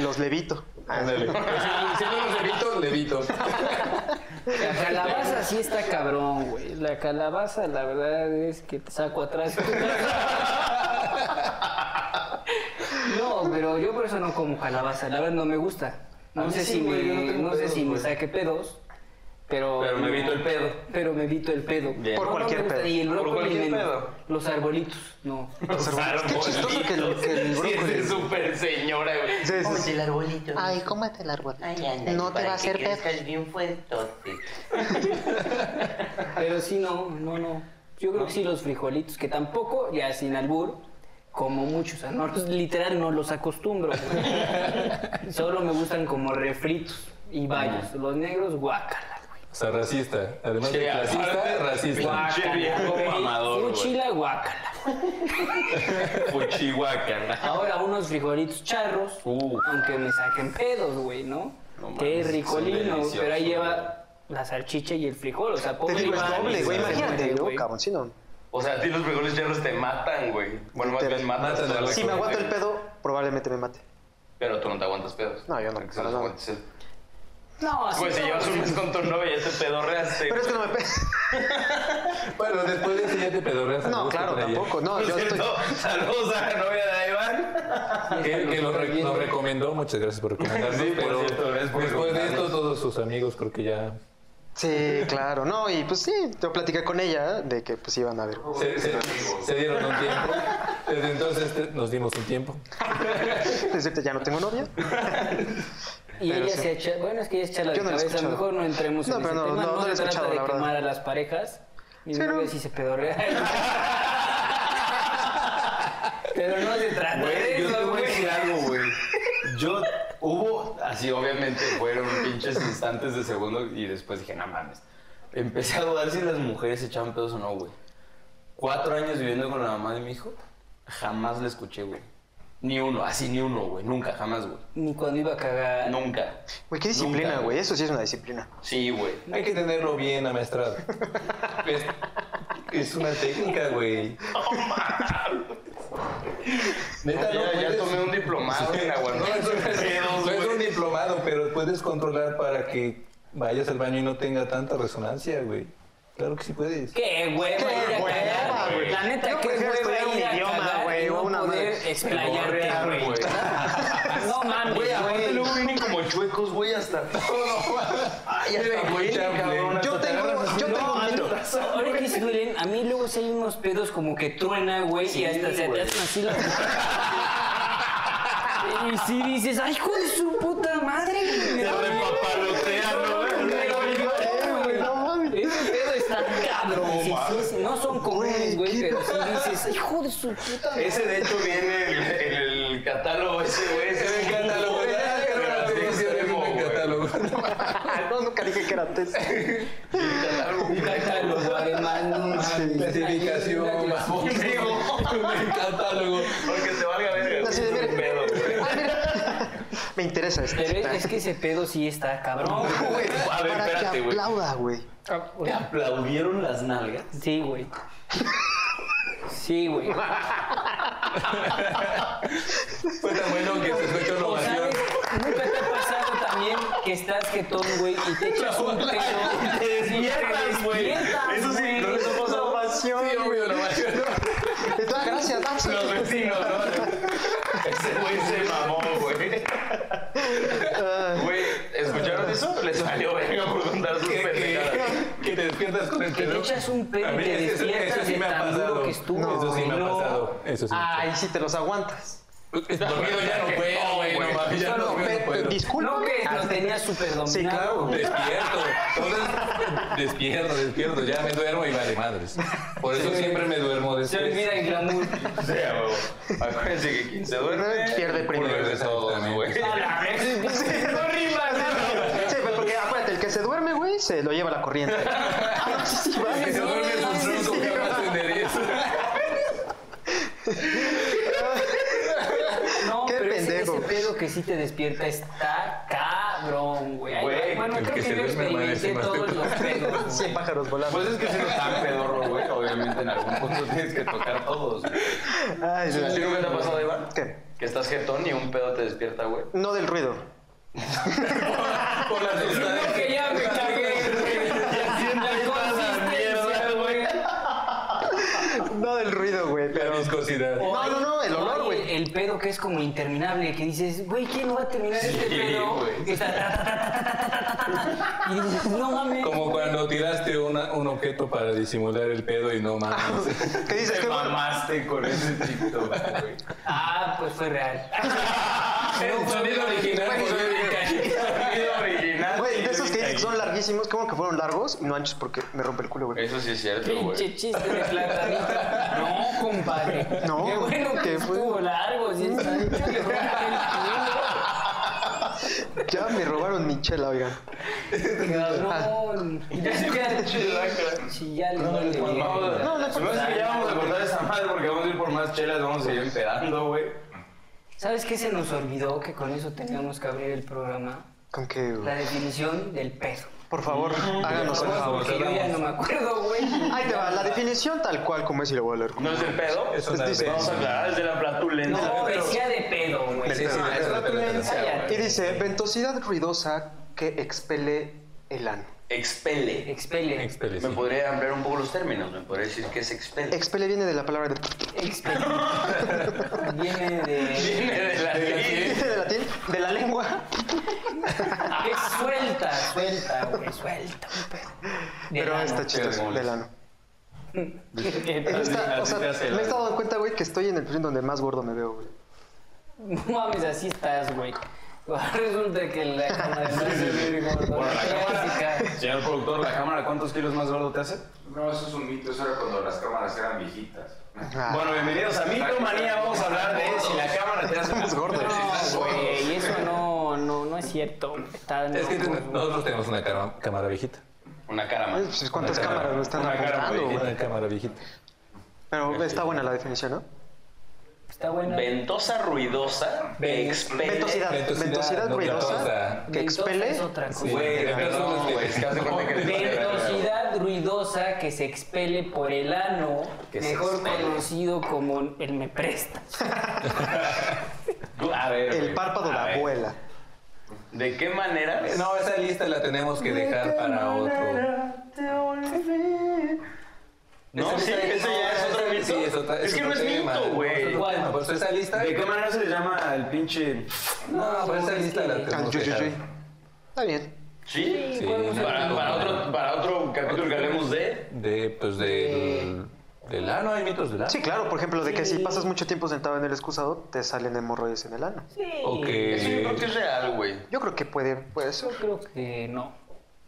S3: Los levito. Ah,
S4: Si no los evito, levito.
S2: La calabaza sí está cabrón, güey. La calabaza, la verdad es que te saco atrás. No, pero yo por eso no como calabaza. La verdad no me gusta.
S1: A
S2: No
S1: mí
S2: sé
S1: sí,
S2: si
S1: güey, yo no
S2: me,
S1: tengo
S2: no sé
S1: pedos,
S2: si me
S1: güey.
S2: saque pedos. Pero,
S5: Pero me evito el pedo.
S2: Pero me evito el pedo.
S3: Por
S2: No, no
S3: cualquier
S2: me gusta.
S3: pedo.
S2: Y el
S5: Por
S2: brócoli
S5: cualquier
S2: menos.
S5: pedo.
S2: Los arbolitos, no.
S3: Los árboles. Pues, Qué chistoso que el, que el
S1: Sí,
S3: brócoli.
S1: es súper señora, güey.
S3: Sí, sí, sí.
S7: el arbolito.
S8: Ay, cómete el árbol.
S7: Ay, ándale,
S8: no te
S7: para
S8: va a
S7: que
S8: hacer pedo.
S7: crezcas bien fuertote.
S2: Pero sí, no, no, no. Yo creo que sí los frijolitos, que tampoco, ya sin albur, como muchos, o sea, no, literal no los acostumbro. güey. Solo me gustan como refritos y bayos. Los negros, guácala, güey.
S4: O sea, racista. Además de
S1: Sí, aparte,
S4: clasista, racista.
S1: Pinche
S2: Guácala,
S1: viejo
S2: güey.
S1: mamador, güey.
S2: Mochila, guácala.
S5: Fuchihuacana.
S2: Ahora unos frijolitos charros,
S5: Uh.
S2: aunque me saquen pedos, güey, ¿no?
S5: No
S2: Qué
S5: mames, son
S2: ricolino,
S5: deliciosos,
S2: pero ahí
S5: güey.
S2: lleva la salchicha y el frijol, o
S1: Oh,
S2: sea,
S3: Te
S2: pobre
S3: digo, es
S2: Iván,
S3: doble, güey.
S2: se muere,
S3: Imagínate, yo,
S2: güey.
S3: cabrón, sí, no.
S1: O sea, a ti los frijoles charros te matan, güey. Bueno, más bien matan.
S4: Matan
S1: a
S4: al-
S1: la
S3: Si me
S1: gente.
S3: aguanto el pedo, probablemente me mate.
S1: Pero tú no te aguantas pedos.
S3: No, yo no,
S1: Porque se
S3: para
S1: los
S3: nada.
S1: aguantas el-
S2: No, así
S1: Pues si
S2: no,
S1: llevas un mes con tu novia y ya te pedorreaste.
S3: Pero es que no me pe...
S4: Bueno, después de eso ya te pedorreas. a
S3: No,
S4: gusto
S3: claro,
S4: con ella.
S3: tampoco. No, yo estoy.
S1: Saludos a la novia de Iván.
S4: Que, que lo re- nos recomendó, muchas gracias por recomendarnos.
S1: Sí, por
S4: pero
S1: cierto, gracias por
S4: después de esto,
S1: recomendarnos.
S4: todos sus amigos creo que ya
S3: Sí, claro. No, y pues sí, yo platiqué con ella de que pues iban a ver.
S4: se, se- se dieron un tiempo. Desde entonces te- nos dimos un tiempo.
S3: Es cierto, ya no tengo novia.
S2: Y
S3: Pero
S2: ella
S3: sí.
S2: se echa, bueno, es que ella se echa la
S3: Yo no la he
S2: cabeza,
S3: escuchado.
S2: mejor no entremos
S3: No,
S2: en ese
S3: pero no,
S2: tema,
S3: no, no la he
S2: se
S3: escuchado,
S2: trata de
S3: la verdad.
S2: quemar a las parejas, mi
S3: Sí,
S2: novia
S3: no.
S2: sí se pedorrea. pero no se trata de
S1: yo te voy a
S2: eso, güey.
S1: decir algo, güey. Yo hubo, así obviamente fueron pinches instantes de segundo y después dije, no mames.
S5: Empecé a dudar si las mujeres echaban pedos o no, güey. Cuatro años viviendo con la mamá de mi hijo, jamás le escuché, güey. Ni uno, así ni uno, güey. Nunca, jamás, güey.
S2: Ni cuando iba a cagar.
S5: Nunca.
S3: Güey, qué disciplina, güey. Eso sí es una disciplina.
S5: Sí, güey.
S4: Hay que tenerlo bien amaestrado. Es, es una técnica, güey. Neta, no
S1: Ya- ya
S4: puedes-
S1: tomé un diplomado en aguantar
S4: No, es un,
S1: pedos,
S4: no es
S1: güey.
S4: un diplomado, pero puedes controlar para que vayas al baño y no tenga tanta resonancia, güey. Claro que sí puedes.
S2: Qué hueva ir a cagar, güey. La neta,
S3: Yo
S2: qué
S3: prefiero
S2: hueva
S3: estudiar un
S2: ir a
S3: idioma,
S2: cagar
S3: güey,
S2: y
S3: o
S2: no
S3: una
S2: poder
S3: madre.
S2: explayarte, güey. No mames,
S1: Güey, aparte
S2: güey.
S1: luego vienen como chuecos, güey, hasta todo. Ay, hasta güey, cabrón.
S3: Yo tengo, yo tengo un mito.
S2: Ahora que se duelen, a mí luego sí hay unos pedos como que truena, güey, y hasta se te hacen así las... Y si dices, ay, hijo de su puta madre. güey".
S5: Te repapalotea, ¿no?
S2: Me dolió, güey.
S3: No mames.
S2: Ese pedo está cabrón. Sí, sí, sí, no son comunes, güey, pero si dices, hijo de su puta madre.
S1: Ese de hecho viene en el, en el catálogo ese, güey. Ese
S4: El catálogo, ah, ya, ya, ya,
S1: Pero
S4: ya,
S1: así
S4: ya, ya,
S1: extremo,
S4: ya, ya,
S1: güey.
S4: catálogo.
S3: No, nunca dije que era test.
S2: Un catálogo, además, no
S4: Ah,
S2: mames.
S4: Clasificación,
S2: Una
S4: mamón. El catálogo.
S1: Porque te valga verga.
S3: Así de
S1: güey, es un
S3: verga.
S1: pedo, güey.
S3: Ah, mira. Me interesa esto.
S2: Pero es, es que ese pedo sí está cabrón. güey.
S1: A ver,
S3: Para que
S1: espérate, güey.
S3: aplauda, güey.
S5: ¿Te aplaudieron las nalgas?
S2: Sí, güey. Sí, güey.
S4: Fue tan bueno que se escuchó una
S2: O
S4: ovación.
S2: sabes, nunca te ha pasado también que estás jetón, güey, y te echas un pedo. y Te despiertas, güey.
S5: Eso sí, no les ha pasado.
S3: Pasión, güey. Entonces, gracias, Daxi.
S1: Los vecinos, ¿no? Ese güey se mamó, güey.
S3: Ah.
S1: Güey, ¿escucharon eso? Les valió verga por contar sus
S4: Que-
S1: pendejadas.
S4: que- Que te despiertas con el
S2: Que te
S4: pedo.
S2: echas un pedo
S4: A
S2: y
S4: mí
S2: te
S4: eso-
S2: despiertas
S4: eso sí
S2: de
S4: me ha
S2: tan duro
S4: pasado.
S2: que estuvo.
S3: No,
S4: Eso sí me ha
S2: güey. Ah.
S4: pasado. Eso sí.
S3: Ahí sí te los aguantas.
S4: Dormido ya no puedo, güey. No mames, ya no puedo, no puedo.
S3: Disculpa.
S2: No, que lo tenías súper dominado.
S3: Sí, claro.
S2: güey.
S4: Despierto. Entonces, despierto, despierto. Ya me duermo y vale madres. Por eso siempre me duermo
S2: Se
S4: después.
S2: olvida el glamour.
S1: O sea, güey. Acuérdense que quien se duerme
S3: Pierde primero. Ah,
S1: pierde todo, güey.
S2: A la vez. No rimas, no.
S3: Sí, pero porque acuérdate, el que se duerme, güey, se lo lleva la corriente. Ah, no, sí, sí, vale.
S4: Que se duerme el monstruoso, jamás endereza.
S2: No,
S3: Qué
S2: pero ese,
S3: pendejo.
S2: ese pedo que sí te despierta está cabrón, güey. Ay,
S1: Güey,
S2: bueno,
S4: el
S2: creo
S4: que
S2: que,
S4: se
S2: yo
S4: duerme
S2: experimenté
S4: amanece más
S2: todos los pedos. güey.
S3: Cien pájaros volando.
S1: Pues es que siendo tan pedorro, güey, obviamente en algún punto tienes que tocar todos. güey.
S3: Ay, sí.
S1: ¿Sí nunca te ha pasado, Iván?
S3: ¿Qué?
S1: Que estás jetón y un pedo te despierta, güey.
S3: No del ruido.
S4: Por las
S2: Creo que ya me cagué, güey. La consistencia,
S3: No del ruido, güey,
S4: La
S3: pero...
S4: viscosidad.
S2: güey.
S3: No, no, no, el
S2: O
S3: olor,
S2: hay
S3: güey.
S2: El pedo que es como interminable, que dices, güey, ¿quién no va a terminar este pedo?
S1: güey.
S2: Está ta, ta, ta, ta, ta, ta, ta, ta. Y dices, no mames.
S4: Como cuando tiraste una- un objeto para disimular el pedo y no mames.
S3: ¿Qué dices?
S1: Te
S3: ¿Qué bueno?
S1: mamaste con ese TikTok, güey.
S2: Ah, pues fue real.
S4: El sonido original
S3: Güey,
S4: fue bien cañón.
S1: Video original.
S3: Güey, de esos que dices que son larguísimos, ¿cómo que fueron largos? No anchos porque me rompe el culo, güey.
S1: Eso sí es cierto, güey.
S2: Pinche chiste de platanito. No, compadre.
S3: No,
S2: Qué bueno que
S3: ¿qué fue?
S2: estuvo largo. Si está hecho, le rompe el
S3: Ya me robaron mi chela, oiga.
S2: culo. Cabrón. Ya, ya, Sí, ya le vale verga.
S1: No, no, no. Ya vamos a cortar esa madre porque vamos a ir por más chelas, vamos a ir empedando, güey.
S2: ¿Sabes qué se nos olvidó? Que con eso teníamos que abrir el programa.
S3: ¿Con qué,
S2: La
S3: güey?
S2: definición del pedo.
S3: Por favor, háganos el favor.
S2: Porque yo ya no me acuerdo, güey.
S3: Ahí te va, la definición tal cual como es y lo voy a leer.
S1: ¿No es del pedo?
S4: Es
S3: Pues
S4: una
S3: dice-
S1: Vamos a aclarar, Ah, es de la platulencia.
S2: No, decía de pedo, güey.
S4: Sí, sí,
S2: Ah,
S4: es una tendencia,
S2: cállate.
S4: güey.
S3: Y dice, ventosidad ruidosa que expele el ano.
S1: Expele.
S2: Expele.
S4: Expele,
S1: Me
S4: sí.
S1: podría ampliar un poco los términos, me podría decir que es expele.
S3: Expele viene de la palabra de...
S2: Expele. Viene de.
S1: Viene de la ley.
S3: ¿Dice de latín? De la lengua.
S2: Es suelta, suelta, güey, suelta. un pedo. De
S3: Pero
S2: lana.
S3: está chistoso, del ano. En
S1: Así-
S3: esta- o
S1: así
S3: sea,
S1: te hace el
S3: me he
S1: ano.
S3: dado cuenta, güey, que estoy en el prisión donde más gordo me veo, güey.
S2: No mames, así estás, güey. Ahora Resulta que la cámara no se ve gordo.
S1: Bueno, la cámara.
S2: Clásica.
S1: Señor productor, ¿la cámara cuántos kilos más gordo te hace?
S9: No, eso es un mito, eso era cuando las cámaras eran viejitas.
S3: Ah,
S1: Bueno, bienvenidos a Mitomanía. Vamos a hablar de si la cámara te hace más
S3: gordo.
S2: No, güey, eso no, no, no es cierto. Está
S4: Es que
S2: no,
S4: ten- nosotros tenemos una cara- cámara viejita.
S1: Una cara más.
S3: Pues, ¿Cuántas cámaras me están
S1: eh, Una cara
S3: apuntando,
S1: muy
S3: güey?
S4: Una cámara viejita.
S3: Pero está buena la definición, ¿no?
S2: Está bueno.
S1: Ventosa ruidosa.
S4: Ven-
S1: expele-
S3: Ventosidad.
S4: Ventosidad,
S3: Ventosidad
S4: no,
S3: ruidosa
S4: ventosa.
S3: que expele...
S2: Es otra cosa.
S1: Güey,
S4: Sí,
S1: pero
S4: no,
S1: no, güey, es que haz de cuenta que-
S2: Velocidad ruidosa que se expele por el ano,
S1: Que se
S2: mejor
S1: expele.
S2: conocido como el me presta.
S1: A ver,
S3: El
S1: güey,
S3: párpado
S1: a
S3: de la
S1: ver.
S3: abuela.
S1: ¿De qué manera?
S4: No, esa lista la tenemos que dejar para otro.
S1: No,
S4: Esa
S1: sí,
S4: lista-
S1: eso ya es
S4: esa-
S1: otro mito.
S4: Sí, es, otra,
S1: Es que no es
S4: tema.
S1: mito, güey.
S4: Es otro
S2: ¿Cuál?
S4: tema, Pues esa lista.
S1: ¿De qué manera se le llama el pinche...?
S4: No, pues esa lista la
S3: Ah,
S4: tenemos
S3: yo,
S4: que
S3: yo, yo.
S4: dejar.
S3: Está bien.
S1: Sí.
S4: Sí,
S1: Para, para otro, para otro capítulo que hablemos de... eh,
S4: De, pues del. Del ano, hay mitos del ano.
S3: Sí, claro, por ejemplo, de que si pasas mucho tiempo sentado en el excusado, te salen hemorroides en el ano.
S4: O
S1: Eso yo creo que
S4: que.
S1: es real, güey.
S3: Yo creo que puede, puede
S2: Yo
S3: ser.
S2: creo que no.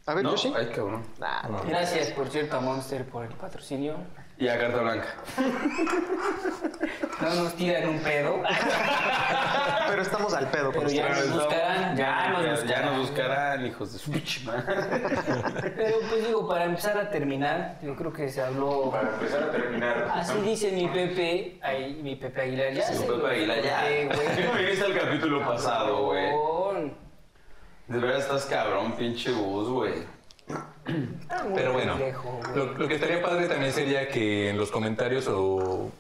S3: A ver,
S1: ¿No?
S3: Yoshi.
S1: Ay, cabrón.
S3: Ah,
S2: Gracias, por cierto, a Monster por el patrocinio.
S1: Y a Carta Blanca.
S2: No nos tiran un pedo,
S3: Pero estamos al pedo con
S2: pero ya
S3: ustedes.
S2: nos buscarán. Ya nos
S1: Ya nos
S2: buscarán.
S1: buscarán, hijos de su pinche madre.
S2: Pero pues digo, para empezar a terminar, yo creo que se habló
S9: Para empezar a terminar.
S2: Así dice mi Pepe, ahí, mi Pepe Aguilar. Ya
S1: Sí,
S2: se
S1: Pepe
S2: lo
S1: Aguilar, ya.
S2: recordé,
S1: ¿Por qué no
S2: güey.
S1: viniste al capítulo pasado, güey?
S2: Cabrón.
S1: De verdad estás cabrón, pinche bus, güey.
S2: Está muy
S4: Pero bueno,
S2: pendejo, güey.
S4: lo, lo que estaría padre también sería que en los comentarios o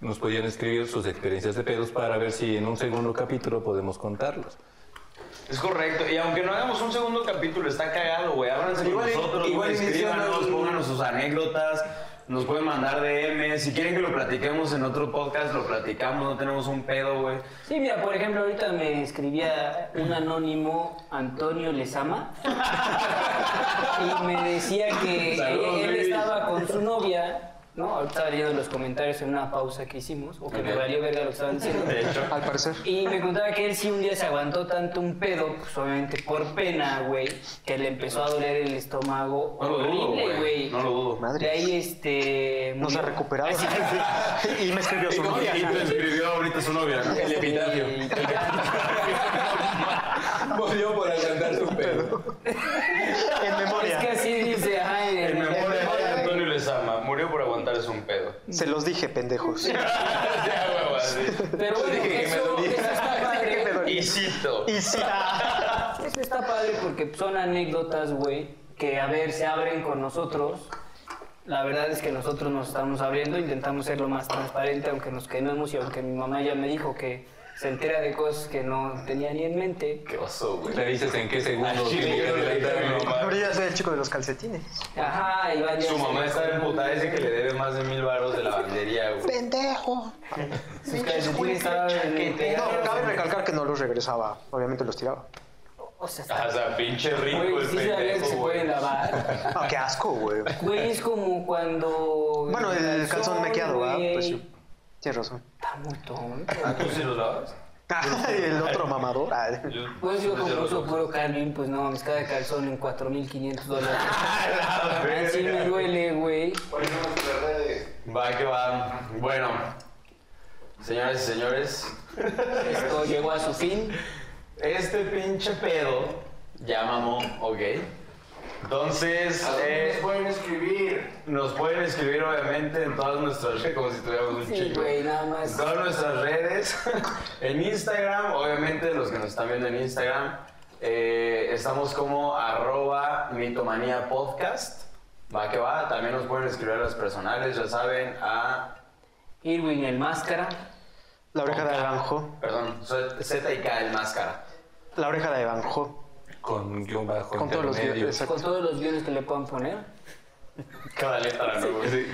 S4: nos podían escribir sus experiencias de pedos para ver si en un segundo capítulo podemos contarlos.
S1: Es correcto. Y aunque no hagamos un segundo capítulo, está cagado, güey. Ábranse con
S4: Igual-
S1: nosotros,
S4: igual
S1: güey. Escríbanos,
S4: mencionan-
S1: pónganos sus anécdotas. Nos pueden mandar DMs. Si quieren que lo platiquemos en otro podcast, lo platicamos. No tenemos un pedo, güey.
S2: Sí, mira, por ejemplo, ahorita me escribía un anónimo, Antonio Lezama, y me decía que
S1: Saludos,
S2: él, él
S1: Luis.
S2: estaba con su novia, ¿no? Ahorita estaba leyendo los comentarios en una pausa que hicimos, o que me
S1: Ok.
S2: valió verga lo que estaban diciendo.
S1: De hecho.
S3: Al parecer.
S2: Y me contaba que él sí un día se aguantó tanto un pedo, pues obviamente por pena, güey, que le empezó a doler el estómago
S1: No lo dudo,
S2: horrible,
S1: güey.
S2: güey.
S1: No lo dudo.
S3: Madre.
S2: De ahí, este...
S3: No se ha
S2: murió.
S3: recuperado.
S2: Así que-
S3: y me escribió su
S1: Y
S3: novia.
S1: te escribió ahorita su novia, ¿no? El epitafio.
S2: Y- y-
S3: Ah.
S4: Volvió por alcanzar su pedo.
S3: En
S2: Es que
S3: memoria.
S2: así dice, ajá, en
S1: En
S2: el-
S1: memoria de Antonio Lezama. Murió por aguantarse un pedo.
S3: Se los dije, pendejos.
S1: Ya, güey, así.
S2: Pero bueno,
S1: Dije que me
S2: eso,
S1: dolía.
S2: eso está
S3: Que me
S2: padre.
S3: dolía.
S1: Y cito.
S3: Y sí.
S2: Eso está padre porque son anécdotas, güey, que a ver, se abren con nosotros. La verdad es que nosotros nos estamos abriendo, intentamos ser lo más transparente, aunque nos quememos y aunque mi mamá ya me dijo que se entera de cosas que no tenía ni en mente.
S1: Qué oso, güey.
S4: Le dices en qué segundo. tiene que adelantarlo.
S3: Ahora ya soy el chico de los calcetines.
S2: Ajá, y vaya.
S1: Su mamá está emputada, dice que le debe más de mil varos de la bandería, güey.
S3: ¡Pendejo!
S2: Sus calcetines estaban
S3: No, cabe
S2: pegados.
S3: recalcar que no los regresaba. Obviamente los tiraba.
S2: O sea, está-
S1: O sea, pinche rico
S2: Güey,
S1: el
S2: sí sabía que
S1: Ah, pendejo,
S2: se
S1: güey.
S2: pueden lavar.
S3: Ah, qué asco, güey.
S2: Güey, es como cuando.
S3: Bueno, el calzón mequeado, ¿verdad?
S2: Pues, güey,
S3: Pues sí. Tienes razón.
S2: Está muy tonto.
S1: Ah, ¿Tú sí los lavas?
S3: Ah, el otro mamador. Ah,
S1: Yo-
S2: Pues yo
S1: sí
S2: como
S1: los
S2: uso
S1: lavo.
S2: puro Calvin, pues no mames, cada calzón en 4.500 dólares.
S1: Ah, la
S2: Así me
S1: verga.
S2: duele, güey.
S10: Ponemos las redes.
S1: Va que va. Bueno, señoras y señores,
S2: Esto llegó a su fin.
S1: este pinche pedo ya mamó, ok. Entonces,
S10: ¿A dónde
S1: eh,
S10: nos pueden escribir?
S1: nos pueden escribir obviamente en todas nuestras redes, como si tuviéramos un
S2: Sí,
S1: chico.
S2: güey, nada
S1: En
S2: más.
S1: todas nuestras redes, en Instagram, obviamente los que nos están viendo en Instagram, eh, estamos como arroba mitomanía podcast. Va que va, también nos pueden escribir a los personales, ya saben, a...
S2: Irwin el máscara.
S3: La oreja de Banjo.
S1: Perdón, soy Z y K, el máscara.
S3: La oreja de Banjo.
S4: Con guión bajo.
S3: Con todos los
S4: intermedio.
S3: guiones.
S2: Con todos los guiones que le puedan poner.
S1: Cada letra, ¿no? güey?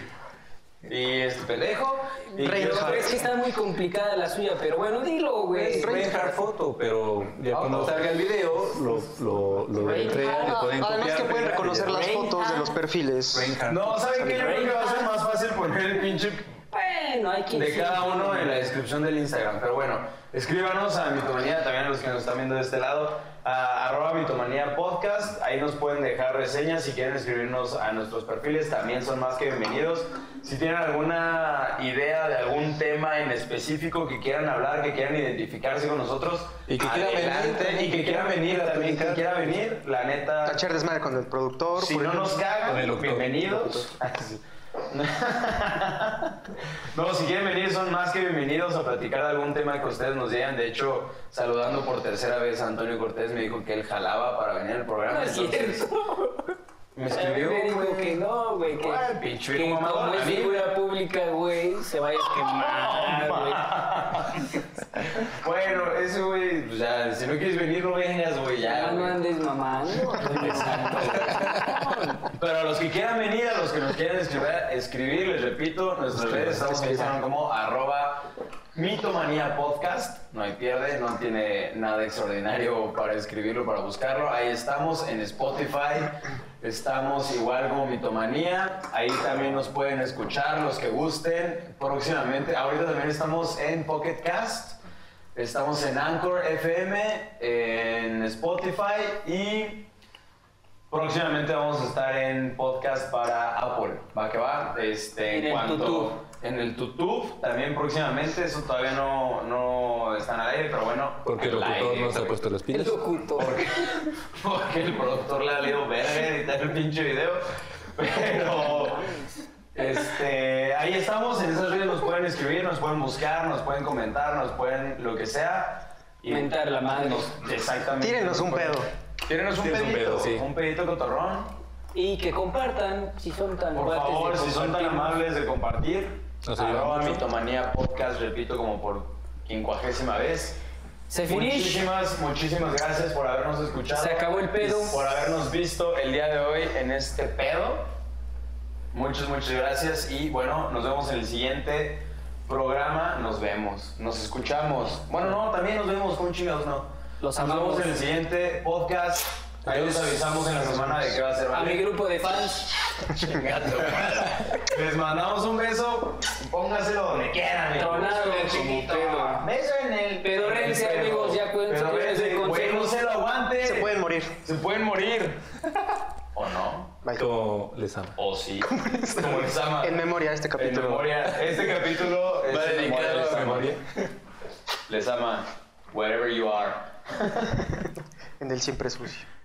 S1: Y este pendejo. Y
S3: Rey
S1: yo-
S2: Pero es que está muy complicada la suya, pero bueno, dilo,
S1: Pues,
S2: güey.
S4: Reinhard foto, pero ya
S3: Ah,
S4: cuando salga el video lo, lo, lo entregan, le pueden copiar.
S3: Además que pueden
S4: pegar y
S3: reconocer
S4: ya.
S3: las fotos
S1: Ah.
S3: de los perfiles.
S4: Reinhardt.
S1: No, ¿saben qué? Yo creo que va a ser más fácil poner el pinche
S2: Bueno, hay quien
S1: de
S2: sí.
S1: cada uno en la descripción del Instagram. Pero bueno, escríbanos a Mitomanía, también a los que nos están viendo de este lado, a arroba Mitomanía Podcast. Ahí nos pueden dejar reseñas si quieren escribirnos a nuestros perfiles, también son más que bienvenidos. Si tienen alguna idea de algún tema en específico que quieran hablar, que quieran identificarse con nosotros,
S4: Y que quieran venir
S1: adelante.
S4: también.
S1: y que quieran venir también, que quiera venir, la neta,
S3: Tachar desmadre con el productor.
S1: si
S3: por
S1: no
S3: ejemplo.
S1: nos
S4: Con el
S1: cagan,
S4: octo.
S1: bienvenidos. No, si quieren venir son más que bienvenidos a platicar de algún tema que ustedes nos digan. De hecho, saludando por tercera vez a Antonio Cortés, me dijo que él jalaba para venir al programa.
S2: No es
S1: entonces,
S2: cierto.
S1: me
S2: Yo
S1: escribió.
S2: me digo
S1: güey.
S2: que no, güey, que,
S1: Ay, pinche
S2: que
S1: mamador,
S2: como es
S1: a mí-
S2: figura pública, güey, se vaya a quemar, güey.
S1: Bueno, ese güey, pues ya, si no quieres venir, no vengas, güey, ya.
S2: Ya no
S1: güey.
S2: andes mamando.
S1: Pero a los que quieran venir, a los que nos quieran escribir, escribir les repito, nuestras redes estamos utilizando como arroba mitomanía podcast. No hay pierde, no tiene nada extraordinario para escribirlo, para buscarlo. Ahí estamos en Spotify. Estamos igual como Mitomanía. Ahí también nos pueden escuchar los que gusten próximamente. Ahorita también estamos en Pocket Cast. Estamos en Anchor FM, en Spotify y Próximamente vamos a estar en podcast para Apple, va que va. Este,
S2: En el Tutú.
S1: en el Tutú, también próximamente, eso todavía no, no están al aire, pero bueno.
S4: Porque el
S1: al
S4: locutor
S1: aire,
S4: no se ha
S1: güey.
S4: puesto las pilas.
S2: Es oculto.
S1: Porque el productor le ha leído verga editar el pinche video. Pero. Este, ahí estamos, en esas redes nos pueden escribir, nos pueden buscar, nos pueden comentar, nos pueden lo que sea. Y-
S2: Mentar la madre.
S1: Exactamente.
S3: Tírenos un pedo.
S1: Tírenos un
S4: Tírenos un
S1: pedito,
S4: pedo, sí.
S1: un pedito cotorrón.
S2: Y que compartan, si son tan
S1: Por
S2: cuates de
S1: favor, si son tan
S2: compartir.
S1: amables de compartir,
S4: Nos ayuda
S1: arroba
S4: mucho.
S1: mitomanía podcast, repito como por quincuagésima vez.
S2: Se finish.
S1: Muchísimas, muchísimas gracias por habernos escuchado.
S2: Se acabó el pedo.
S1: Por habernos visto el día de hoy en este pedo. Muchas, muchas gracias. Y bueno, nos vemos en el siguiente programa. Nos vemos, nos escuchamos. Bueno, no, también nos vemos. con chingados no?
S2: Los
S1: nos
S2: amamos.
S1: vemos en el siguiente podcast. Ahí les avisamos en la semana de qué va a ser.
S2: A
S1: ¿vale?
S2: mi grupo de fans.
S1: Les mandamos un beso. Póngaselo donde quieran.
S2: Tronado, chiquito.
S1: Beso en el
S2: Pedorrense, amigos, ya acuérdense que
S1: Pedorrense,
S2: ese consejo-
S1: güey, no se lo aguante.
S3: Se pueden morir.
S1: Se pueden morir. ¿O no?
S3: Bye.
S4: Como les amo.
S1: O sí. Como les ama.
S3: En memoria este
S1: En
S3: capítulo.
S1: memoria. Este capítulo es en memoria, les ama. Les ama. Wherever you are.
S3: En el siempre sucio.